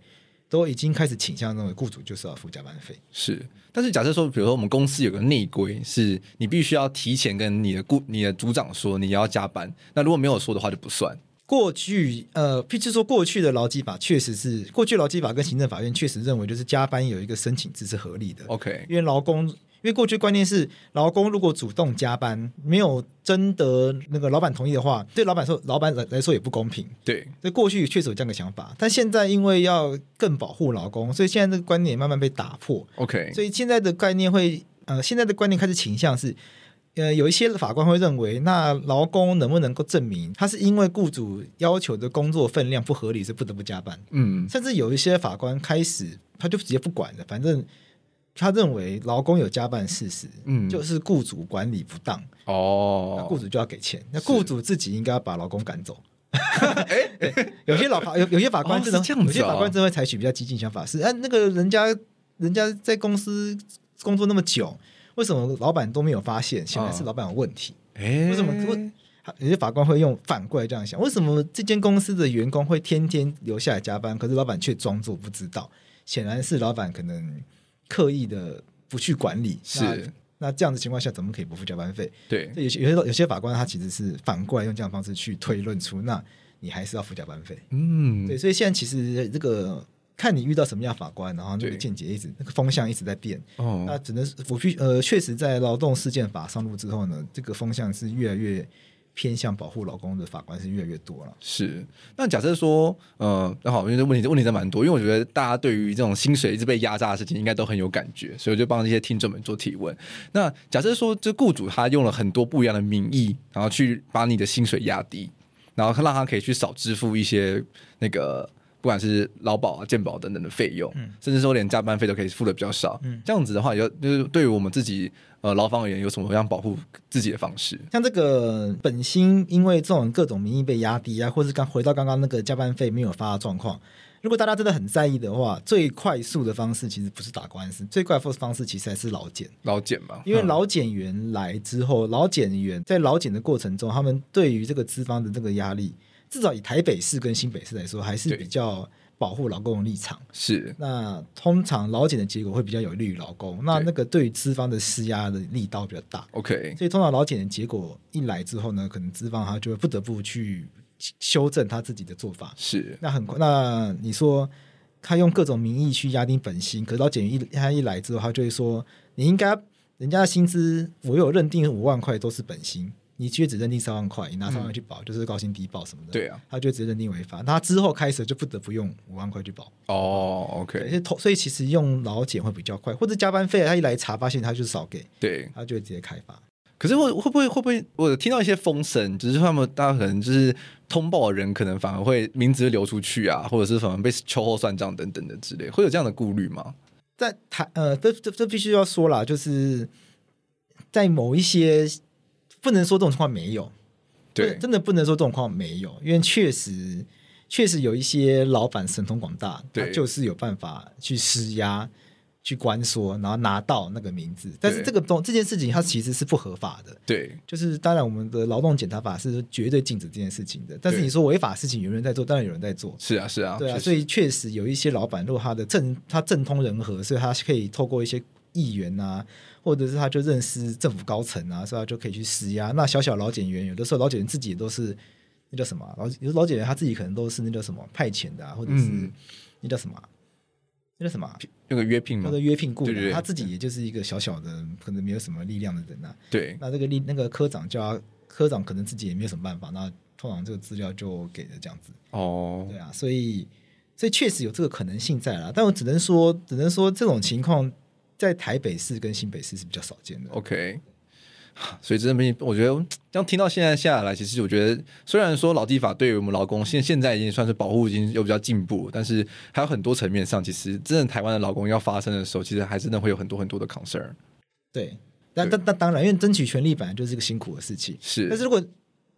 B: 都已经开始倾向认为雇主就是要付加班费。
A: 是。但是假设说，比如说我们公司有个内规，是你必须要提前跟你的雇、你的组长说你要加班，那如果没有说的话就不算。
B: 过去呃，譬如说过去的劳基法确实是过去劳基法跟行政法院确实认为就是加班有一个申请制是合理的。
A: OK，
B: 因为劳工，因为过去观念是，劳工如果主动加班，没有征得那个老板同意的话，对老板说，老板来来说也不公平。
A: 对，
B: 所以过去确实有这样的想法，但现在因为要更保护劳工，所以现在这个观念也慢慢被打破。
A: OK，
B: 所以现在的概念会，呃，现在的观念开始倾向是，呃，有一些法官会认为，那劳工能不能够证明他是因为雇主要求的工作分量不合理，所以不得不加班？
A: 嗯，
B: 甚至有一些法官开始他就直接不管了，反正他认为劳工有加班事实，
A: 嗯
B: 就是雇主管理不当，那
A: 哦，
B: 雇主就要给钱，那雇主自己应该要把劳工赶走。 [LAUGHS]
A: 哎，
B: 有些老法有有些法官真的、
A: 哦是这样子哦
B: 有些法官真的会采取比较激进想法是，哎、那个人家人家在公司工作那么久，为什么老板都没有发现？显然是
A: 嗯
B: 老板有问题。
A: 哎，
B: 为什么为有些法官会用反过来这样想：为什么这间公司的员工会天天留下来加班，可是老板却装作不知道？显然是老板可能刻意的不去管理。
A: 是
B: 那那这样的情况下，怎么可以不付加班费？
A: 对
B: 这有些有些有些法官他其实是反过来用这样的方式去推论出，那你还是要付加班费。
A: 嗯
B: 对，所以现在其实这个看你遇到什么样的法官，然后那个
A: 对
B: 见解一直那个风向一直在变。那
A: 哦，
B: 只能是我必须呃，确实在劳动事件法上路之后呢，这个风向是越来越偏向保护劳工的法官是越来越多了。
A: 是。那假设说，呃，那好，因为这问题问题真的蛮多，因为我觉得大家对于这种薪水一直被压榨的事情，应该都很有感觉，所以我就帮这些听众们做提问。那假设说，这雇主他用了很多不一样的名义，然后去把你的薪水压低，然后让他可以去少支付一些那个。不管是劳保啊、健保等等的费用，
B: 嗯
A: 甚至说连加班费都可以付的比较少，这样子的话，有就是对于我们自己呃劳方而言，有什么样保护自己的方式？
B: 像这个本薪，因为这种各种名义被压低啊，或是刚回到刚刚那个加班费没有发的状况，如果大家真的很在意的话，最快速的方式其实不是打官司，最快速的方式其实还是劳检。
A: 劳检嗯嘛，
B: [LAUGHS] 因为劳检员来之后，劳检员在劳检的过程中，他们对于这个资方的这个压力，至少以台北市跟新北市来说，还是
A: 对
B: 比较保护劳工的立场。
A: 是
B: 那通常劳检的结果会比较有利于劳工，那
A: 对
B: 那个对于资方的施压的力道比较大，
A: OK，
B: 所以通常劳检的结果一来之后呢，可能资方他就会不得不去修正他自己的做法。
A: 是
B: 那很快，那你说他用各种名义去压低本薪，可是到检员一他一来之后，他就会说你应该人家的薪资，我有认定五万块都是本薪，你却只认定三万块，你拿三万去保、就是高薪低报什么的。
A: 嗯对啊，
B: 他就直接认定违法，那他之后开始就不得不用五万块去保。
A: 哦
B: 对，
A: ，OK，
B: 所以投所以其实用劳检会比较快，或者加班费啊他一来查发现他就少给，
A: 对。
B: 他就会直接开罚。
A: 可是会会不会会不会，我有听到一些风声，只是他们大家可能就是通报的人，可能反而会名字流出去啊，或者是反而被秋后算账等等的之类，会有这样的顾虑吗？
B: 在台呃，这这这必须要说啦，就是在某一些不能说这种情况没有，
A: 对，
B: 真的不能说这种情况没有，因为确实确实有一些老板神通广大，他
A: 对
B: 就是有办法去施压，去关说，然后拿到那个名字。但是这个东这件事情，它其实是不合法的。
A: 对
B: 就是当然，我们的劳动检查法是绝对禁止这件事情的。但是
A: 对
B: 你说违法事情有人在做，当然有人在做。
A: 是啊是啊，
B: 对啊，
A: 确实
B: 所以确实有一些老板，如果他的政他政通人和，所以他可以透过一些议员啊，或者是他就认识政府高层啊，所以他就可以去施压。那小小老检员有的时候老检员自己也都是那叫什么啊、老有的老检员他自己可能都是那叫什么派遣的啊，或者是、
A: 嗯
B: 那叫什么啊、那叫什么啊、
A: 那个约聘
B: 叫
A: 嘛
B: 做，约聘雇
A: 对对
B: 的，
A: 对
B: 他自己也就是一个小小的，可能没有什么力量的人啊。
A: 对
B: 那这个力那个科长叫他科长，可能自己也没有什么办法，那通常这个资料就给了这样子。
A: 哦
B: 对，啊，所以所以确实有这个可能性在啦，但我只能说，只能说这种情况在台北市跟新北市是比较少见的。
A: OK，所以真的没，我觉得嗯这样听到现在下来，其实我觉得虽然说劳基法对于我们劳工现现在已经算是保护已经有比较进步，但是还有很多层面上，其实真的台湾的劳工要发生的时候，其实还真的会有很多很多的 concern。
B: 对，但
A: 对
B: 但但当然，因为争取权利本来就是一个辛苦的事情，
A: 是，
B: 但是如果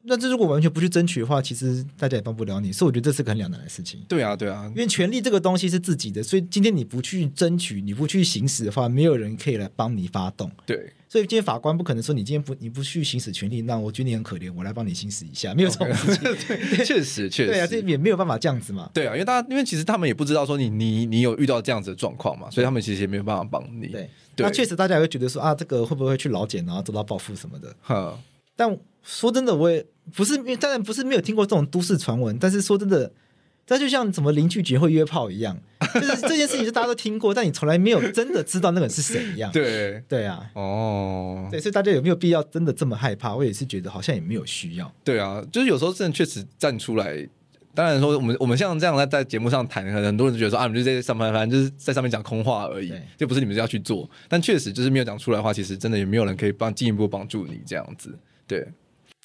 B: 那这如果完全不去争取的话，其实大家也帮不了你，所以我觉得这是个很两难的事情。
A: 对啊，对啊
B: 因，为权利这个东西是自己的，所以今天你不去争取，你不去行使的话，没有人可以来帮你发动。 [LAUGHS]
A: 对，
B: 所以今天法官不可能说你今天不你不去行使权利，那我觉得你很可怜，我来帮你行使一下，没有这
A: [LAUGHS]
B: 种事情。
A: 确实哦确实，
B: 对啊，这也没有办法这样子嘛。
A: 对啊，因为大家因为其实他们也不知道说你你你有遇到这样子的状况嘛，所以他们其实也没有办法帮你。
B: 对，
A: 对
B: 那确实大家也会觉得说啊，这个会不会去劳检然后得到报复什么的？
A: 哼，
B: 但说真的，我也不是，因为当然不是没有听过这种都市传闻，但是说真的，它就像什么邻居结会约炮一样，就是这件事情是大家都听过，但 [LAUGHS] 你从来没有真的知道那个人是谁一样。
A: 对，
B: 对啊，
A: 哦，
B: 对，所以大家有没有必要真的这么害怕？我也是觉得好像也没有需要。
A: 对啊，就是有时候真的确实站出来。当然说，我们我们像这样在在节目上谈，可能很多人就觉得说啊，你们就在上班，反正就是在上面讲空话而已
B: 对，
A: 就不是你们要去做。但确实就是没有讲出来的话，其实真的也没有人可以帮进一步帮助你这样子。对，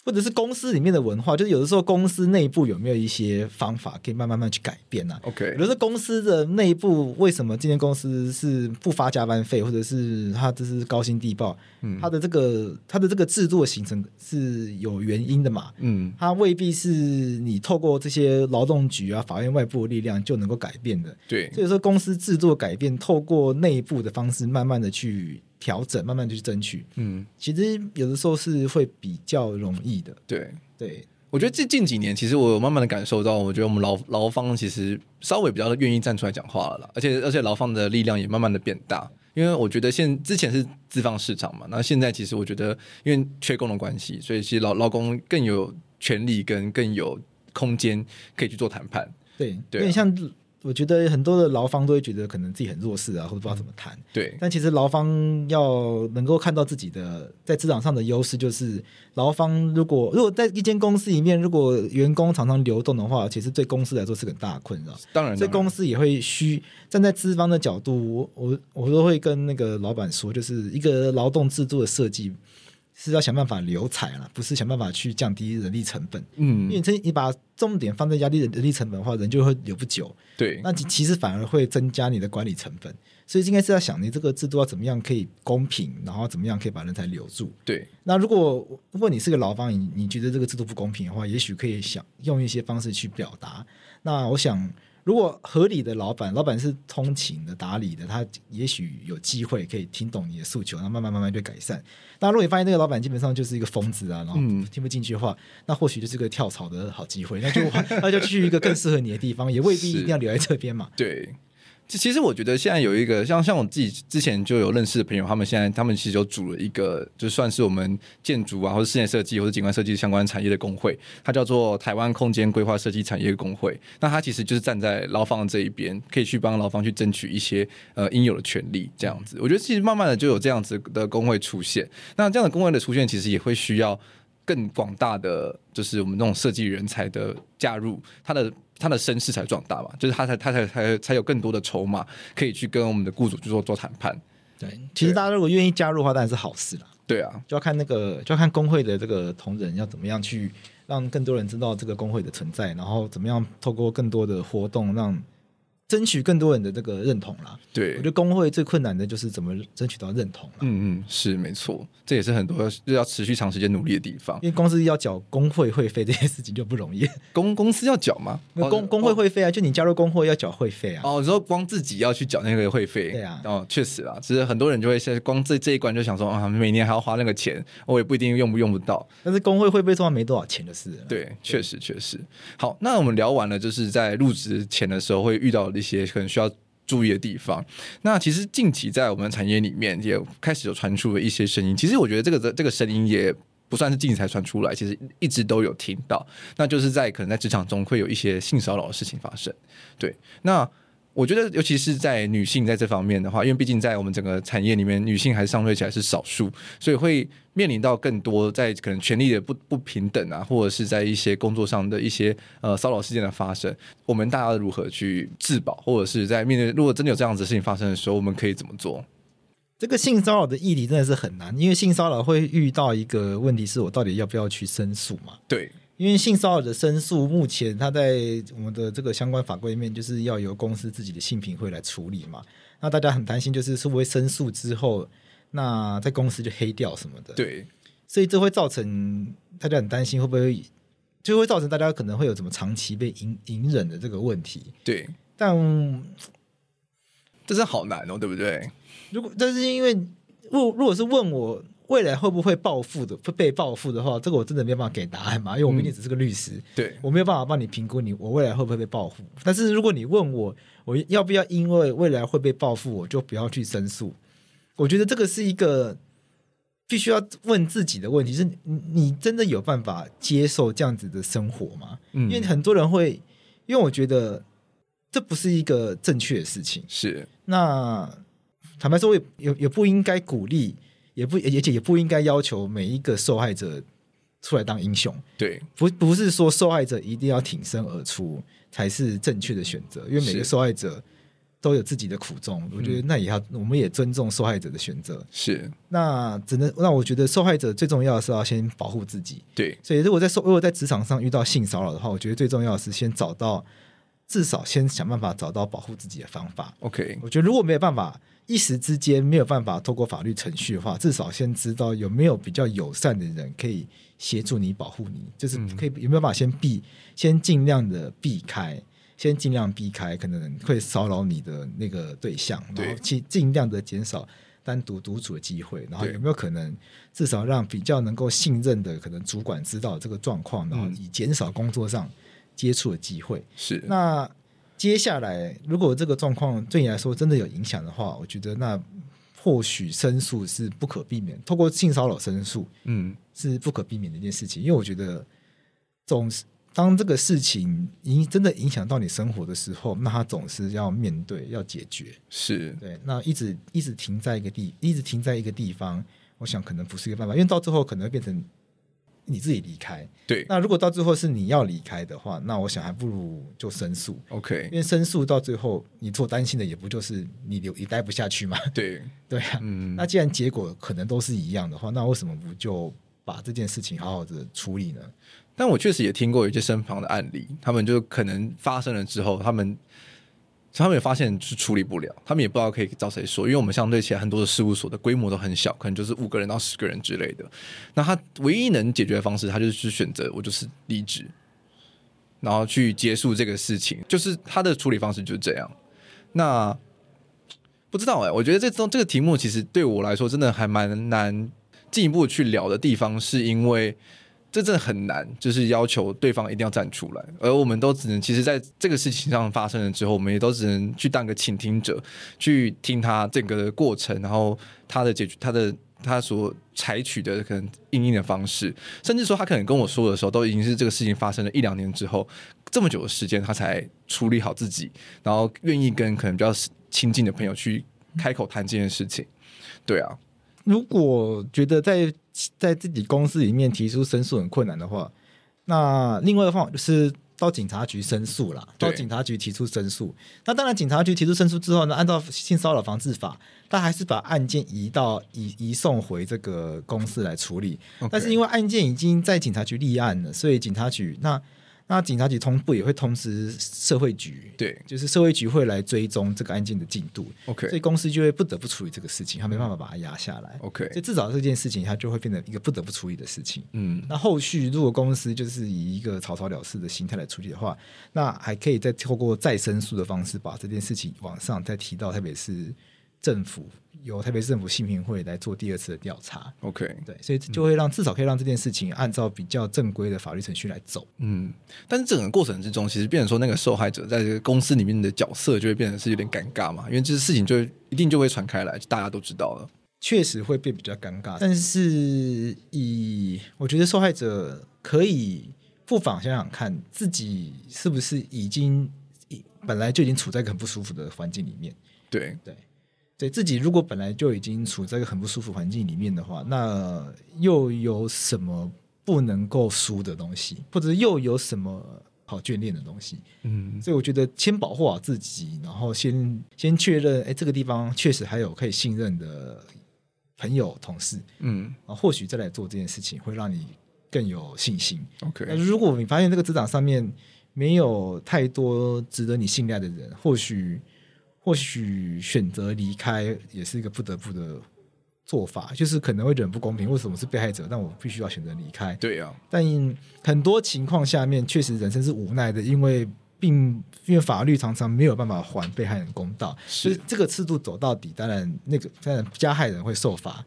B: 或者是公司里面的文化，就是有的时候公司内部有没有一些方法可以慢慢慢去改变呢、啊？
A: OK
B: 有的是公司的内部为什么今天公司是不发加班费，或者是它这是高薪低报，
A: 嗯
B: 它的这个它的这个制度的形成是有原因的嘛？
A: 嗯，
B: 它未必是你透过这些劳动局啊、法院外部的力量就能够改变的。
A: 对，
B: 所以说，公司制度改变，透过内部的方式，慢慢的去调整，慢慢的去争取，
A: 嗯，
B: 其实有的时候是会比较容易的。
A: 对。
B: 对，
A: 我觉得这近几年，其实我有慢慢的感受到，我觉得我们劳劳方其实稍微比较愿意站出来讲话了啦，而且而且劳方的力量也慢慢的变大。因为我觉得现之前是资方市场嘛，那现在其实我觉得，因为缺工的关系，所以其实劳劳工更有权利跟更有空间可以去做谈判。
B: 对，
A: 对啊
B: 有点像我觉得很多的劳方都会觉得可能自己很弱势啊，或者不知道怎么谈。
A: 对，
B: 但其实劳方要能够看到自己的在职场上的优势，就是劳方如果如果在一间公司里面，如果员工常常流动的话，其实对公司来说是个很大的困扰。
A: 当然，
B: 所以
A: 当然
B: 公司也会需站在资方的角度，我我我都会跟那个老板说，就是一个劳动制度的设计是要想办法留才啦，不是想办法去降低人力成本。因为
A: 嗯，
B: 你真你把重点放在压力人力成本的话，人就会留不久，
A: 对，
B: 那其其实反而会增加你的管理成本，所以应该是要想你这个制度要怎么样可以公平，然后怎么样可以把人才留住。
A: 对，
B: 那如果如果你是个劳方，你你觉得这个制度不公平的话，也许可以想用一些方式去表达。那我想，如果合理的老板，老板是通情的、打理的，他也许有机会可以听懂你的诉求，那慢慢慢慢就改善。那如果你发现那个老板基本上就是一个疯子啊，然后
A: 嗯
B: 听不进去的话，那或许就是个跳槽的好机会，那就那就去一个更适合你的地方，也未必一定要留在这边嘛。
A: 对，其其实我觉得现在有一个像像我自己之前就有认识的朋友，他们现在他们其实有组了一个，就算是我们建筑啊，或者室内设计或者景观设计相关产业的工会，它叫做台湾空间规划设计产业工会。那它其实就是站在劳方这一边，可以去帮劳方去争取一些呃应有的权利，这样子。我觉得其实慢慢的就有这样子的工会出现。那这样的工会的出现，其实也会需要更广大的，就是我们这种设计人才的加入，他的他的声势才壮大嘛，就是他才他才才才有更多的筹码可以去跟我们的雇主去做做谈判。
B: 对，其实大家如果愿意加入的话，当然是好事啦。
A: 对啊，
B: 就要看那个，就要看工会的这个同仁要怎么样去让更多人知道这个工会的存在，然后怎么样透过更多的活动让。争取更多人的这个认同啦。我
A: 对
B: 觉，得工会最困难的就是怎么争取到认同啦，
A: 嗯嗯，是没错，这也是很多要要持续长时间努力的地方。
B: 因为公司要缴工会会费这件事情就
A: [LAUGHS]
B: 不容易。
A: 公公司要缴吗？
B: 那工工会会费啊，就你加入工会要缴会费啊。
A: 哦，你说光自己要去缴那个会费，
B: 对啊
A: 哦，确实啊，只是很多人就会现在光这这一关就想说啊，每年还要花那个钱，我也不一定用不用不到。
B: 但是工会会费通常没多少钱就是了。
A: 对，确实确实。好，那我们聊完了，就是在入职前的时候会遇到的一些可能需要。注意的地方。那其实近期在我们产业里面也开始有传出了一些声音。其实我觉得这个这个声音也不算是近期才传出来，其实一直都有听到。那就是在可能在职场中会有一些性骚扰的事情发生。对，那我觉得，尤其是在女性在这方面的话，因为毕竟在我们整个产业里面，女性还是相对起来是少数，所以会面临到更多在可能权利的不不平等啊，或者是在一些工作上的一些呃骚扰事件的发生，我们大家如何去自保，或者是在面对如果真的有这样子的事情发生的时候，我们可以怎么做？
B: 这个性骚扰的议题真的是很难，因为性骚扰会遇到一个问题，是我到底要不要去申诉嘛？
A: 对，
B: 因为性骚扰的申诉，目前它在我们的这个相关法规里面，就是要由公司自己的性评会来处理嘛。那大家很担心，就是是不是申诉之后，那在公司就黑掉什么的。，
A: 对，
B: 所以这会造成大家很担心，会不会就会造成大家可能会有什么长期被隐隐忍的这个问题。
A: 对，
B: 但
A: 这是好难哦，对不对？
B: 如果但是因为如如果是问我未来会不会报复的，会被报复的话，这个我真的没有办法给答案嘛，因为我毕竟只是个律师，
A: 对，
B: 我没有办法帮你评估你我未来会不会被报复。但是如果你问我，我要不要因为未来会被报复，我就不要去申诉？我觉得这个是一个必须要问自己的问题，是你你真的有办法接受这样子的生活吗？
A: 嗯
B: 因为很多人会，因为我觉得这不是一个正确的事情。
A: 是，
B: 那坦白说，我也也也不应该鼓励，也不也而且也不应该要求每一个受害者出来当英雄。
A: 对，
B: 不不是说受害者一定要挺身而出才是正确的选择，因为每个
A: 是
B: 受害者都有自己的苦衷。我觉得那也要，我们也尊重受害者的选择。
A: 是，
B: 那只能，那我觉得受害者最重要的是要先保护自己。
A: 对，
B: 所以，如果在受，如果在职场上遇到性骚扰的话，我觉得最重要的是先找到，至少先想办法找到保护自己的方法。
A: ，OK，
B: 我觉得如果没有办法一时之间没有办法透过法律程序的话，至少先知道有没有比较友善的人可以协助你保护你，就是
A: 嗯
B: 可以有没有办法先避，先尽量的避开。先尽量避开可能会骚扰你的那个对象，然后
A: 对
B: 去尽量的减少单独独处的机会，然后
A: 对
B: 有没有可能至少让比较能够信任的可能主管知道这个状况，然后
A: 嗯
B: 以减少工作上接触的机会。
A: 是，
B: 那接下来，如果这个状况对你来说真的有影响的话，我觉得那或许申诉是不可避免，透过性骚扰申诉
A: 嗯，
B: 是不可避免的一件事情，因为我觉得总是当这个事情影真的影响到你生活的时候，那它总是要面对要解决。
A: 是，
B: 对，那一直一直停在一个地，一直停在一个地方，我想可能不是一个办法，因为到最后可能会变成你自己离开。
A: 对
B: 那如果到最后是你要离开的话，那我想还不如就申诉。因
A: ，OK，
B: 为申诉到最后，你所担心的也不就是你留你待不下去嘛？ [LAUGHS]
A: 对，
B: 对啊，
A: 嗯，
B: 那既然结果可能都是一样的话，那为什么不就把这件事情好好的处理呢？
A: 但我确实也听过有一些身旁的案例，他们就可能发生了之后，他们他们也发现是处理不了，他们也不知道可以找谁说，因为我们相对起来很多的事务所的规模都很小，可能就是五个人到十个人之类的。那他唯一能解决的方式，他就是去选择我就是离职，然后去结束这个事情，就是他的处理方式就是这样。那不知道哎、我觉得这种这个题目其实对我来说真的还蛮难进一步去聊的地方，是因为这真的很难，就是要求对方一定要站出来，而我们都只能其实在这个事情上发生了之后，我们也都只能去当个倾听者，去听他整个的过程，然后他的解决他的。他所采取的可能应应的方式，甚至说他可能跟我说的时候，都已经是这个事情发生了一两年之后，这么久的时间，他才处理好自己，然后愿意跟可能比较亲近的朋友去开口谈这件事情。对啊，
B: 如果觉得在在自己公司里面提出申诉很困难的话，那另外一个方法就是到警察局申诉啦，
A: 对
B: 到警察局提出申诉。那当然，警察局提出申诉之后呢，按照性骚扰防治法，他还是把案件移到移移送回这个公司来处理。但是因为案件已经在警察局立案了，所以警察局那。那警察局通部也会通知社会局，
A: 对
B: 就是社会局会来追踪这个案件的进度，所以
A: ，OK
B: 公司就会不得不处理这个事情，他没办法把它压下来。所以
A: OK，
B: 至少这件事情，它就会变成一个不得不处理的事情。
A: 嗯
B: 那后续如果公司就是以一个草草了事的心态来处理的话，那还可以再透过再申诉的方式把这件事情往上再提到，特别是政府由特别是政府信评会来做第二次的调查。
A: ，OK，
B: 对，所以就会让至少可以让这件事情按照比较正规的法律程序来走。
A: 嗯，但是整个过程之中，其实变成说那个受害者在这个公司里面的角色就会变成是有点尴尬嘛，因为这事情就会一定就会传开来，大家都知道了。
B: 确实会变比较尴尬，但是以我觉得受害者可以不妨想想看，自己是不是已经已本来就已经处在一个很不舒服的环境里面。
A: 对，
B: 对自己如果本来就已经处在一个很不舒服环境里面的话，那又有什么不能够输的东西，或者又有什么好眷恋的东西？
A: 嗯
B: 所以我觉得先保护好自己，然后先先确认，哎，这个地方确实还有可以信任的朋友、同事，
A: 嗯
B: 啊，或许再来做这件事情，会让你更有信心。那
A: ，OK，
B: 如果你发现这个职场上面没有太多值得你信赖的人，或许或许选择离开也是一个不得不的做法，就是可能会觉得很不公平，为什么是被害者，但我必须要选择离开？
A: 对啊，
B: 但很多情况下面，确实人生是无奈的，因为并因为法律常常没有办法还被害人公道，
A: 是
B: 就是这个制度走到底，当然那个当然加害人会受罚，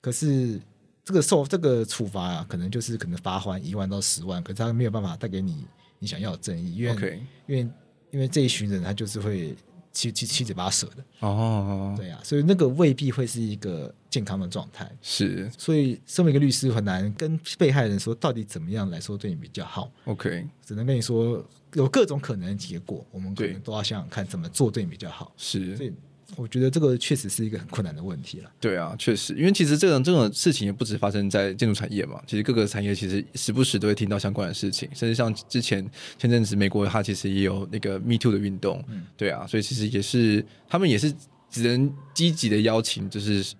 B: 可是这个受这个处罚啊，可能就是可能罚还一万到十万，可是他没有办法带给你你想要的正义，因为
A: OK
B: 因为因为这一群人他就是会七七七嘴八舌的，
A: 哦，
B: 对呀、啊所以那个未必会是一个健康的状态。
A: 是
B: 所以，身为一个律师，很难跟被害人说到底怎么样来说对你比较好，
A: OK，
B: 只能跟你说有各种可能的结果，我们可
A: 对
B: 能都要想想看怎么做对你比较好。所
A: 是，
B: 以，我觉得这个确实是一个很困难的问题了。
A: 对啊，确实，因为其实这种这种事情也不止发生在建筑产业嘛，其实各个产业其实时不时都会听到相关的事情，甚至像之前前阵子美国它其实也有那个 Me Too 的运动，
B: 嗯
A: 对啊，所以其实也是他们也是只能积极的邀请，就是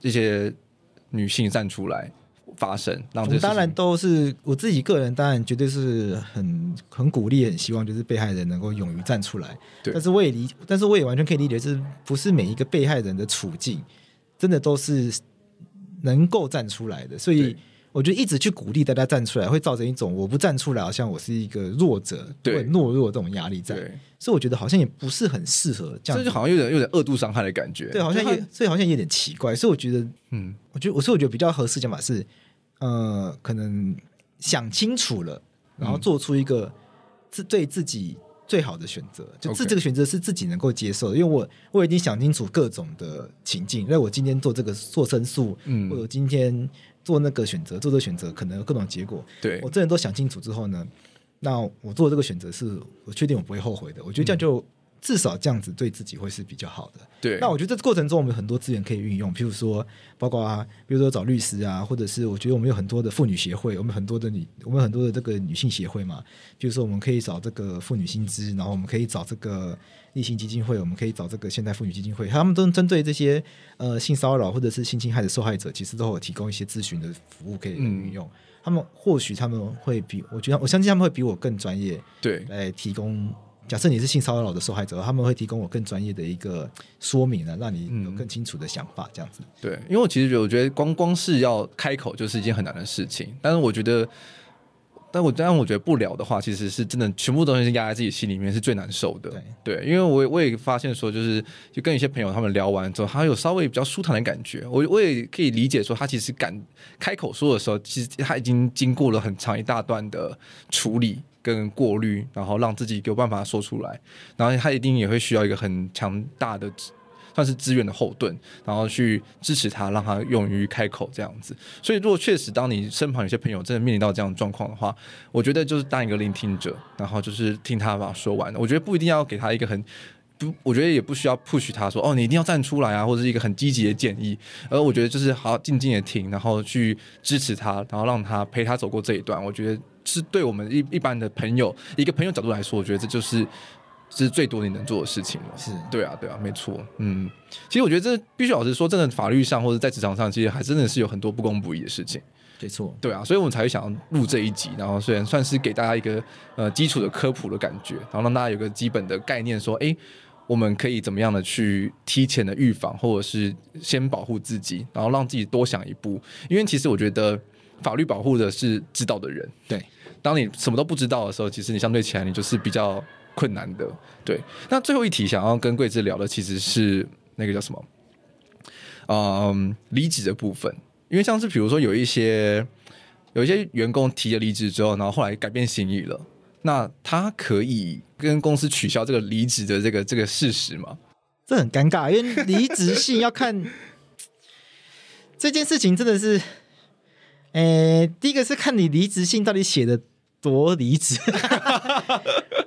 A: 这些女性站出来发声，让
B: 我
A: 哦这
B: 们
A: 个
B: 当
A: 事
B: 然
A: 情
B: 都是我自己个人，当然绝对是很很鼓励、很希望，就是被害人能够勇于站出来。
A: 对
B: 但是我也理，但是我也完全可以理解，是不是每一个被害人的处境，真的都是能够站出来的。所以
A: 对
B: 我觉得一直去鼓励大家站出来，会造成一种我不站出来，好像我是一个弱者、
A: 对
B: 或者懦弱这种压力在。
A: 对，
B: 所以我觉得好像也不是很适合这
A: 这
B: 样子，
A: 就好像有点有点恶度伤害的感觉，
B: 对，好像
A: 就它
B: 也，所以好像有点奇怪。所以我觉得
A: 嗯
B: 我觉得，我所以我觉得比较合适讲法是，呃，可能想清楚了，然后
A: 嗯
B: 做出一个自对自己最好的选择，就
A: OK
B: 是这个选择是自己能够接受的。因为我我已经想清楚各种的情境，那我今天做这个做申诉，
A: 嗯
B: 或者我今天做那个选择，做这个选择可能有各种结果，
A: 对
B: 我，真的都想清楚之后呢，那我做这个选择是我确定我不会后悔的。我觉得
A: 嗯
B: 这样就、至少这样子对自己会是比较好的。
A: 对，
B: 那我觉得这过程中我们有很多资源可以运用，譬如说，包括啊，比如说找律师啊，或者是我觉得我们有很多的妇女协会，我们很多的女，我们很多的这个女性协会嘛，比如说我们可以找这个妇女薪资，然后我们可以找这个立新基金会，我们可以找这个现代妇女基金会，他们都针对这些呃性骚扰或者是性侵害的受害者，其实都有提供一些咨询的服务可以来运用。他们或许他们会比我觉得我相信他们会比我更专业，
A: 对
B: 来提供。假设你是性骚扰的受害者，他们会提供我更专业的一个说明呢，让你有更清楚的想法，这样子。
A: 对，因为我其实觉得，我觉得光光是要开口就是一件很难的事情。但是我觉得，但我但我觉得不聊的话，其实是真的全部东西是压在自己心里面是最难受的。对，因为我也我也发现说，就是就跟一些朋友他们聊完之后，他有稍微比较舒坦的感觉。我我也可以理解说，他其实敢开口说的时候，其实他已经经过了很长一大段的处理。跟过滤，然后让自己有办法说出来，然后他一定也会需要一个很强大的算是资源的后盾，然后去支持他，让他勇于开口这样子。所以，如果确实当你身旁有些朋友真的面临到这样的状况的话，我觉得就是当一个聆听者，然后就是听他把它说完。我觉得不一定要给他一个很。不，我觉得也不需要 push 他说哦，你一定要站出来啊，或者是一个很积极的建议。而我觉得就是好好静静的听，然后去支持他，然后让他陪他走过这一段。我觉得是对我们一一般的朋友，一个朋友角度来说，我觉得这就是这是最多你能做的事情了。
B: 是
A: 对啊，对啊，没错。嗯，其实我觉得这必须老实说，真的法律上或者在职场上，其实还真的是有很多不公不义的事情。
B: 对错，
A: 对啊，所以我们才会想要录这一集，然后虽然算是给大家一个呃基础的科普的感觉，然后让大家有个基本的概念，说，哎，我们可以怎么样的去提前的预防，或者是先保护自己，然后让自己多想一步，因为其实我觉得法律保护的是知道的人，
B: 对
A: 当你什么都不知道的时候，其实你相对起来你就是比较困难的。对，那最后一题想要跟桂枝聊的其实是那个叫什么？嗯，离职的部分，因为像是比如说有一些有一些员工提了离职之后，然后后来改变心意了，那他可以跟公司取消这个离职的这个这个事实吗？
B: 这很尴尬，因为离职 [LAUGHS] 信要看这件事情真的是，呃，第一个是看你离职信到底写的多离职。 [LAUGHS]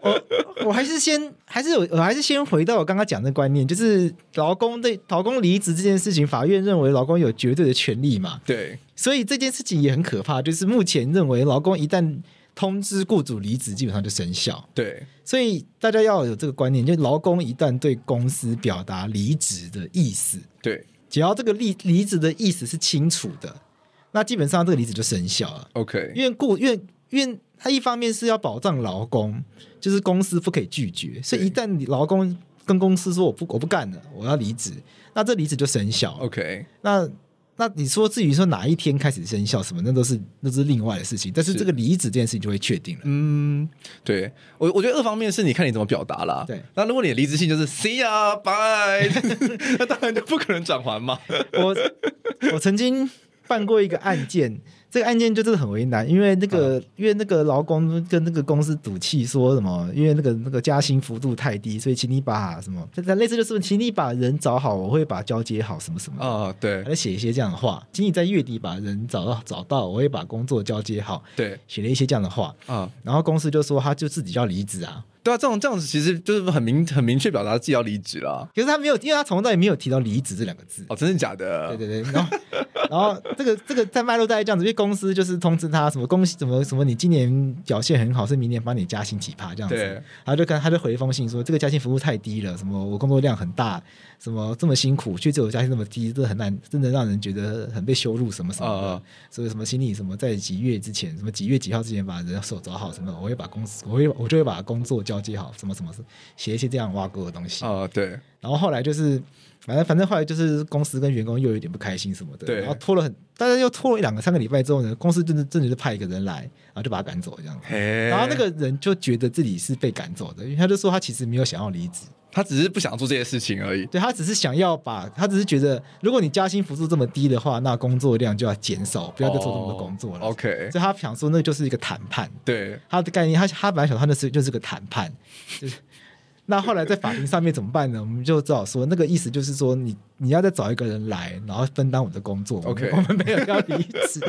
B: 我我还是先还是有我还是先回到我刚刚讲的观念，就是劳工对劳工离职这件事情，法院认为劳工有绝对的权利嘛，
A: 对，
B: 所以这件事情也很可怕。就是目前认为劳工一旦通知雇主离职，基本上就生效。
A: 对，
B: 所以大家要有这个观念，就是劳工一旦对公司表达离职的意思，
A: 对
B: 只要这个离离职的意思是清楚的，那基本上这个离职就生效了。
A: ，OK，
B: 因为雇，因为因为他一方面是要保障劳工，就是公司不可以拒绝，所以一旦你劳工跟公司说我不我不干了，我要离职，那这离职就生效了。
A: ，OK，
B: 那那你说至于说哪一天开始生效什么，那都是那都是另外的事情，但是
A: 是
B: 这个离职这件事情就会确定了。
A: 嗯，对我，我觉得二方面是你看你怎么表达啦。
B: 对，
A: 那如果你的离职信就是 “see ya bye”，那当 [LAUGHS] 然就不可能转还
B: [LAUGHS]
A: 嘛。
B: 嗯我我曾经办过一个案件，这个案件就真的很为难，因为那个、因为那个劳工跟那个公司赌气说什么，因为那个那个加薪幅度太低，所以请你把什么，这类似就是请你把人找好，我会把交接好什么什么的。
A: 啊、对
B: 还在写一些这样的话，请你在月底把人找到找到，我会把工作交接好，
A: 对
B: 写了一些这样的话，
A: 啊、
B: 然后公司就说他就自己要离职啊，
A: 对啊，这种这样子其实就是很明很明确表达自己要离职啦。
B: 可是他没有，因为他从头到尾没有提到离职这两个字，
A: 哦，真的假的？
B: 对对对，然后 [LAUGHS] 然后这个这个在脉络大概这样子，因为公司就是通知他什么恭喜什么什么，你今年表现很好，是明年帮你加薪几趴这样子。
A: 对
B: 然后就跟他就回一封信说，这个加薪服务太低了，什么我工作量很大，什么这么辛苦，却只有加薪这么低，这很难，真的让人觉得很被羞辱什么什么的。
A: 啊
B: 所以什么请你什么在几月之前，什么几月几号之前把人手找好什么的，我会把公司我会我就会把工作交接好，什么什么什么写一些这样挖沟的东西。
A: 啊、对
B: 然后后来就是，反正反正后来就是公司跟员工又有一点不开心什么的，
A: 对
B: 然后拖了很，大家又拖了一两个三个礼拜之后呢，公司真的真的就派一个人来，然后就把他赶走这样子。
A: 嘿，
B: 然后那个人就觉得自己是被赶走的，因为他就说他其实没有想要离职，
A: 他只是不想做这些事情而已。
B: 对他只是想要把，他只是觉得如果你加薪幅度这么低的话，那工作量就要减少，不要再做这么多工作了。
A: 哦 OK，
B: 所以他想说那就是一个谈判，
A: 对
B: 他的概念，他他本来想他那是就是个谈判， [LAUGHS] 就是那后来在法庭上面怎么办呢？我们就只好说，那个意思就是说你，你要再找一个人来，然后分担我的工作。
A: OK
B: 我们我们没有要离职。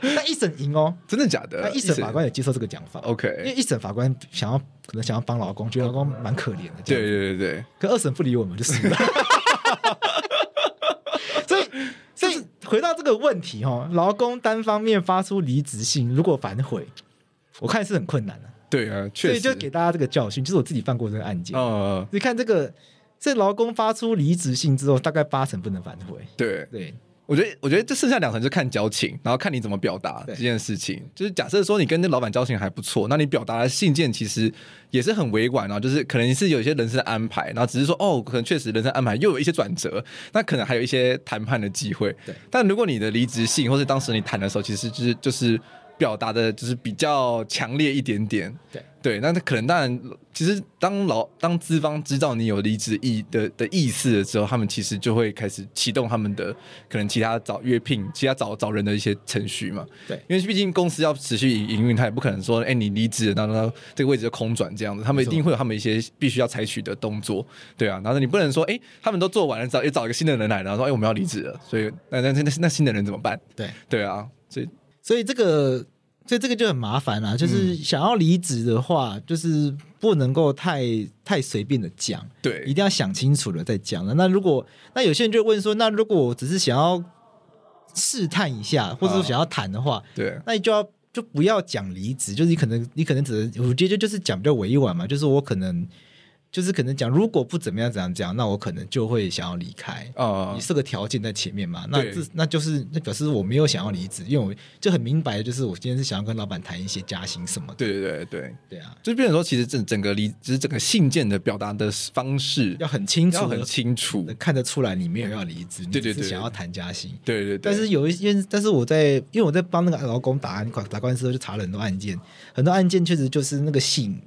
B: 但一审赢哦，
A: 真的假
B: 那
A: 的？
B: 一审法官也接受这个讲法。因为
A: 呃 OK，
B: 一审法官想要可能想要帮老公，觉得老公蛮可怜的，
A: 对，对对对，
B: 可二审不理我们就输了。所以，所以回到这个问题哦，劳工单方面发出离职信，如果反悔，我看是很困难的、
A: 对啊，确
B: 所
A: 实
B: 以就给大家这个教训，就是我自己犯过这个案件。
A: 呃，
B: 你看这个，这劳工发出离职信之后，大概八成不能反悔。
A: 对。
B: 对，
A: 我觉得，我觉得这剩下两层就是看交情，然后看你怎么表达这
B: 对
A: 件事情。就是假设说你跟那老板交情还不错，那你表达的信件其实也是很委婉啊，就是可能是有一些人生的安排，然后只是说哦，可能确实人生安排又有一些转折，那可能还有一些谈判的机会。
B: 对
A: 但如果你的离职信或是当时你谈的时候，其实就是就是表达的就是比较强烈一点点。
B: 对
A: 对，那他可能当然，其实当老当资方知道你有离职意的的意思了之后，他们其实就会开始启动他们的可能其他找约聘、其他找找人的一些程序嘛。
B: 对
A: 因为毕竟公司要持续营营运，他也不可能说，哎、你离职了，然后然后这个位置就空转这样子，他们一定会有他们一些必须要采取的动作，对啊。然后你不能说，哎、他们都做完了，找也找一个新的人来，然后说，哎、我们要离职了，所以那那那那那新的人怎么办？
B: 对，
A: 对啊，所以
B: 所以这个，所以这个就很麻烦啦、就是想要离职的话，就是不能够太太随便的讲。一
A: 对
B: 定要想清楚了再讲了。那如果那有些人就会问说，那如
A: 啊
B: 果我只是想要试探一下，或者说想要谈的话，
A: 对啊
B: 那你就要就不要讲离职，就是你可能你可能只能，我觉得就是讲比较委婉嘛，就是我可能就是可能讲，如果不怎么样怎样怎样，那我可能就会想要离开。
A: 啊
B: 你，设个条件在前面嘛，那
A: 对
B: 这那就是那表示我没有想要离职，因为我就很明白，就是我今天是想要跟老板谈一些加薪什么的，
A: 对对对对，
B: 对啊，
A: 就变成说，其实整整个离，只是整个信件的表达的方式
B: 要很清
A: 要
B: 楚
A: 很
B: 的
A: 清楚，
B: 看得出来你没有要离职，你
A: 对对
B: 只是
A: 对
B: 想要谈加薪。
A: 对对对，
B: 但是有一些，但是我在因为我在帮那个劳工打案打官司的时候，就查了很多案件，很多案件确实就是那个信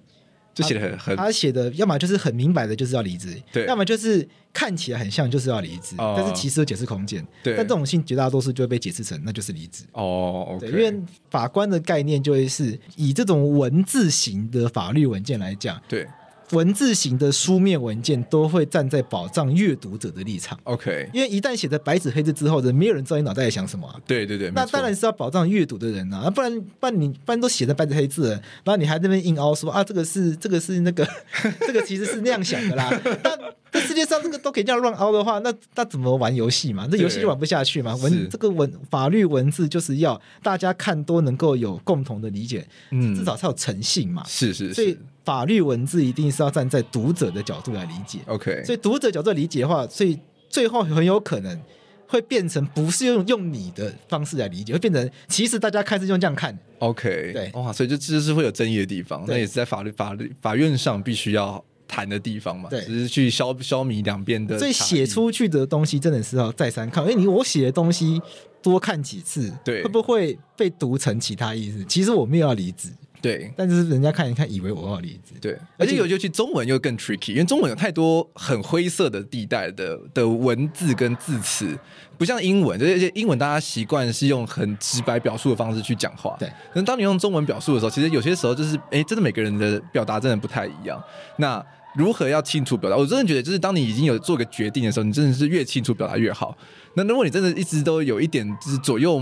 A: 就写的很很
B: 他写的，要么就是很明白的就是要离职，
A: 对
B: 要么就是看起来很像就是要离职，
A: 哦
B: 但是其实有解释空间。
A: 对
B: 但这种信绝大多数就会被解释成那就是离职。
A: 哦，OK，
B: 对，因为法官的概念就会是以这种文字型的法律文件来讲，
A: 对
B: 文字型的书面文件都会站在保障阅读者的立场，
A: OK，
B: 因为一旦写在白纸黑字之后，人没有人知道你脑袋在想什么啊、
A: 对对对，
B: 那
A: 没错
B: 当然是要保障阅读的人啊，不然不然你不然都写在白纸黑字了，然后你还在那边硬凹说啊，这个是这个是那个， [LAUGHS] 这个其实是那样想的啦。 [LAUGHS] 那这世界上这个都可以这样乱凹的话，那那怎么玩游戏嘛？这
A: 对
B: 游戏就玩不下去嘛。
A: 是
B: 文这个文法律文字就是要大家看都能够有共同的理解，
A: 嗯
B: 至少才有诚信嘛。
A: 是是
B: 所以
A: 是
B: 法律文字一定是要站在读者的角度来理解。
A: ，OK，
B: 所以读者角度理解的话，所以最后很有可能会变成不是用用你的方式来理解，会变成其实大家开始用这样看，
A: OK，
B: 对
A: 哇，所以就这就是会有争议的地方，
B: 对
A: 那也是在法律法律法院上必须要谈的地方嘛，
B: 对
A: 只是去消消弭两边的差异，
B: 所以写出去的东西真的是要再三看，因为哎你我写的东西多看几次，
A: 对
B: 会不会被读成其他意思？其实我没有要离职，
A: 对
B: 但是人家看一看以为我要离职，
A: 对，
B: 而
A: 而
B: 且
A: 且尤尤其中文又更 tricky，因为中文有太多很灰色的地带的的文字跟字词，不像英文，就是而且英文大家习惯是用很直白表述的方式去讲话。
B: 对，
A: 可是当你用中文表述的时候，其实有些时候就是，哎，真的每个人的表达真的不太一样。那如何要清楚表达？我真的觉得，就是当你已经有做个决定的时候，你真的是越清楚表达越好。那如果你真的一直都有一点就是左右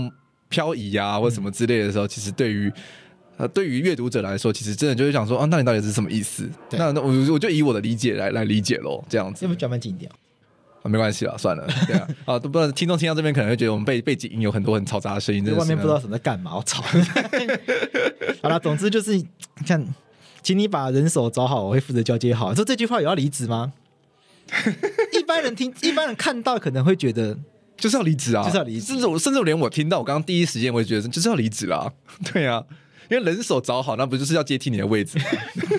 A: 漂移
B: 嗯
A: 啊，或什么之类的时候，其实对于呃，对于阅读者来说，其实真的就是想说，啊，那你到底是什么意思？
B: 对嗯
A: 那那我我就以我的理解来来理解咯，这样子
B: 要不转慢进掉？
A: 啊，没关系啦，算了，对啊，啊，都不知道听众听到这边可能会觉得我们背背景音有很多很嘈杂的声音，
B: 在
A: 真的
B: 外
A: 是啊
B: 面不知道什么在干嘛，我操！ [LAUGHS] 好了，总之就是你看，请你把人手找好，我会负责交接好。说这句话有要离职吗？ [LAUGHS] 一般人
A: [LAUGHS]
B: 听，一般人看到可能会觉得，
A: 就是要离职啊，
B: 就是要离职
A: 甚至我甚至我连我听到我刚刚第一时间我也觉得就是要离职啦， [LAUGHS] 对啊，因为人手找好，那不就是要接替你的位置吗？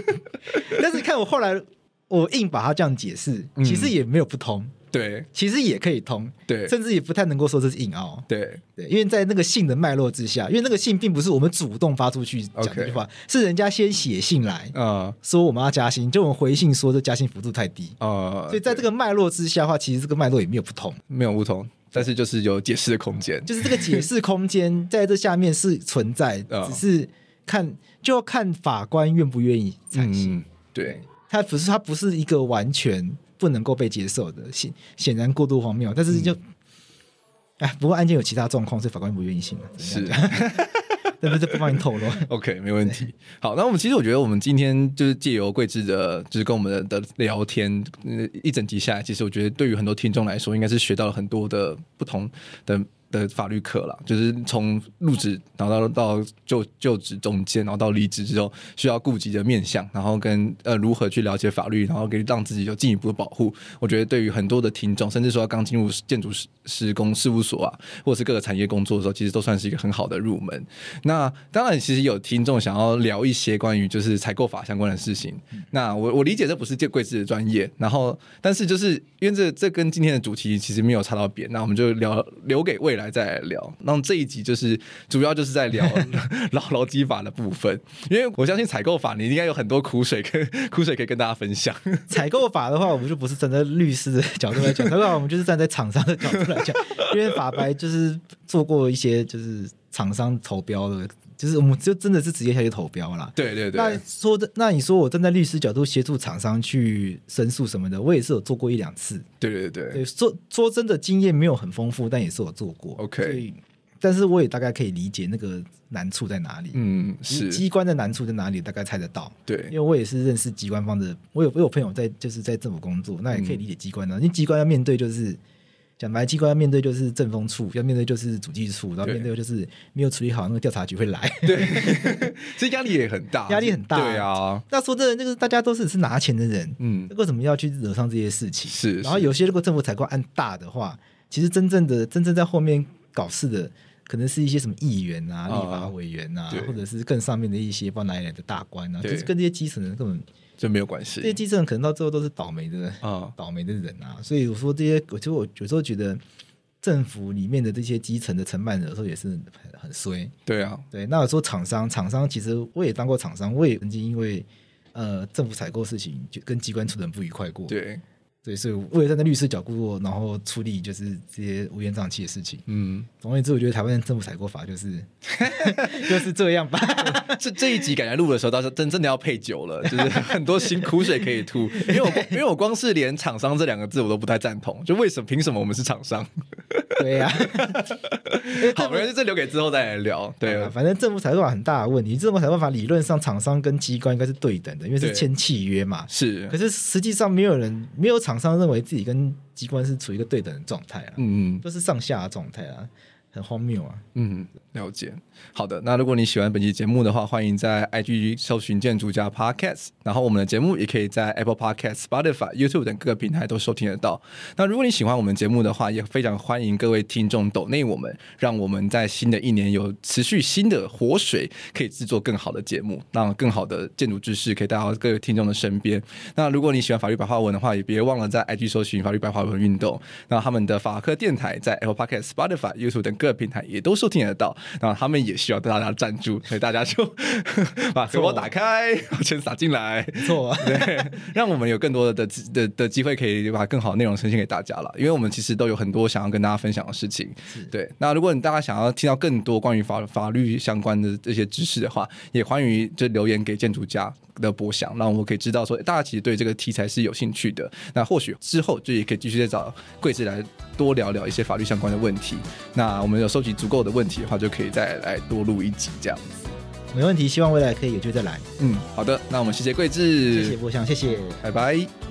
A: [LAUGHS]
B: 但是你看我后来我硬把它这样解释，
A: 嗯
B: 其实也没有不通，
A: 对
B: 其实也可以通，
A: 对
B: 甚至也不太能够说这是硬凹。
A: 对
B: 对，因为在那个信的脉络之下，因为那个信并不是我们主动发出去讲这句话是人家先写信来
A: 啊
B: 说我们要加薪，就我们回信说这加薪幅度太低，
A: 啊，
B: 所以在这
A: 个
B: 个脉络之下的话，其实这个脉络也没有不同，
A: 没有不同，但是就是有解释的空间，
B: 就是这个解释空间 [LAUGHS] 在这下面是存在，
A: 嗯
B: 只是看就要看法官愿不愿意才行。
A: 嗯，对，
B: 它不是它不是一个完全不能够被接受的，显显然过度荒谬，但是就。
A: 嗯
B: 哎，不过案件有其他状况，所以法官不愿意信了。 [LAUGHS]
A: 是。
B: 对不对？这不帮你透露。
A: [LAUGHS] OK，没问题。好，那我们其实我觉得我们今天就是借由桂枝的，就是跟我们的聊天，呃一整集下来，其实我觉得对于很多听众来说，应该是学到了很多的不同的的法律课啦，就是从入职，然后到到就就职中间，然后到离职之后，需要顾及的面向，然后跟呃如何去了解法律，然后给让自己有进一步的保护。我觉得对于很多的听众，甚至说刚进入建筑施施工事务所啊，或者是各个产业工作的时候，其实都算是一个很好的入门。那当然，其实有听众想要聊一些关于就是采购法相关的事情。那我我理解这不是这贵志的专业，然后但是就是因为这这跟今天的主题其实没有差到边，那我们就聊留给未来再来聊。那这一集就是主要就是在聊
B: [LAUGHS]
A: 劳劳基法的部分，因为我相信采购法你应该有很多苦水跟苦水可以 [LAUGHS] 跟大家分
B: [LAUGHS]
A: 享。
B: 采购法的话，我们就不是站在律师的角度来讲，采购法我们就是站在厂商的角度来讲，因为法白就是做过一些就是厂商投标的，就是我们就真的是直接下去投标啦。
A: 对对
B: 那
A: 对，
B: 说的，那你说我站在律师角度协助厂商去申诉什么的，我也是有做过一两次。
A: 对对对
B: 对，说说真的，经验没有很丰富，但也是有做过。
A: OK
B: 所以但是我也大概可以理解那个难处在哪里，
A: 嗯，
B: 机
A: 是，
B: 机关的难处在哪里，大概猜得到。因
A: 对
B: 为我也是认识机
A: 嗯
B: 啊关方的，我有我有朋友在就是在政府工作，那也可以理解机关的、因为机关要面对就是讲白，机关要面对就是政风处，要面对就是主计处，然后
A: 对
B: 面对就是没有处理好，那个调查局会来。
A: 所以压力也很大，
B: 压力很大
A: 对啊，
B: [LAUGHS] 那说真的，那个大家都是是拿钱的人，
A: 嗯，
B: 为什么要去惹上这些事情？
A: 是
B: 然后
A: 是
B: 有些如果政府采购案大的话，其实真正的真正在后面搞事的，可能是一些什么议员啊、
A: 啊
B: 立法委员啊
A: 对，
B: 或者是更上面的一些不知道哪里来的大官啊，
A: 对
B: 就是跟这些基层人根本，
A: 就没有关
B: 这些
A: 系
B: 基层人可能到最后都是倒霉的、
A: 啊，
B: 倒霉的人啊。所以我说这些，我就我有时候觉得政府里面的这些基层的承办者，有时候也是很很衰。
A: 对啊，
B: 对，那有时候厂商，厂商其实我也当过厂商，我也曾经因为呃政府采购事情就跟机关处的人不愉快过。
A: 对，
B: 对，所以我也站在律师角度，然后处理就是这些乌烟瘴气的事情。
A: 嗯，
B: 总而言之，我觉得台湾政府采购法就是 [LAUGHS] 就是这样吧。
A: [LAUGHS]
B: [LAUGHS]
A: 这这一集感觉录的时候，到时候真真的要配酒了， [LAUGHS] 就是很多辛苦水可以吐， [LAUGHS] 因为我因为我光是连厂商这两个字我都不太赞同，就为什么凭什么我们是厂 [LAUGHS] 商？
B: 对啊
A: [LAUGHS]
B: 哎呀、
A: 好，没关系，这留给之后再来聊。对呃
B: 啊，，反正政府采购法很大的问题。政府采购法理论上，厂商跟机关应该是对等的，因为是
A: 对
B: 签契约嘛。
A: 是
B: 可，是实际上，没有人没有厂商认为自己跟机关是处于一个对等的状态啊，
A: 嗯嗯
B: 都是上下的状态啊，很荒谬啊。
A: 嗯，了解。好的，那如果你喜欢本期节目的话，欢迎在 IG 搜寻“建筑家 Podcast”，然后我们的节目也可以在 Apple Podcast、Spotify、YouTube 等各个平台都收听得到。那如果你喜欢我们节目的话，也非常欢迎各位听众抖内我们，让我们在新的一年有持续新的活水，可以制作更好的节目，让更好的建筑知识可以带到各位听众的身边。那如果你喜欢法律白话文的话，也别忘了在 IG 搜寻法律白话文运动。那他们的法科电台在 Apple Podcast、Spotify、YouTube 等各个平台也都收听得到。那他们也需要大家的赞助，所以大家就 [LAUGHS] 把荷包打开，把钱撒进来。
B: 没错啊，
A: 对，让我们有更多的的的机会可以把更好的内容呈现给大家了，因为我们其实都有很多想要跟大家分享的事情。对，那如果你大家想要听到更多关于法法律相关的这些知识的话，也欢迎就留言给建筑家的博想，让我可以知道说诶大家其实对这个题材是有兴趣的。那或许之后就也可以继续再找贵子来多聊聊一些法律相关的问题。那我们有收集足够的问题的话，就可以再来多录一集这样子。
B: 没问题。希望未来可以有机会再来。
A: 嗯，好的，那我们谢谢桂智，
B: 谢谢波香，谢谢。
A: 拜拜。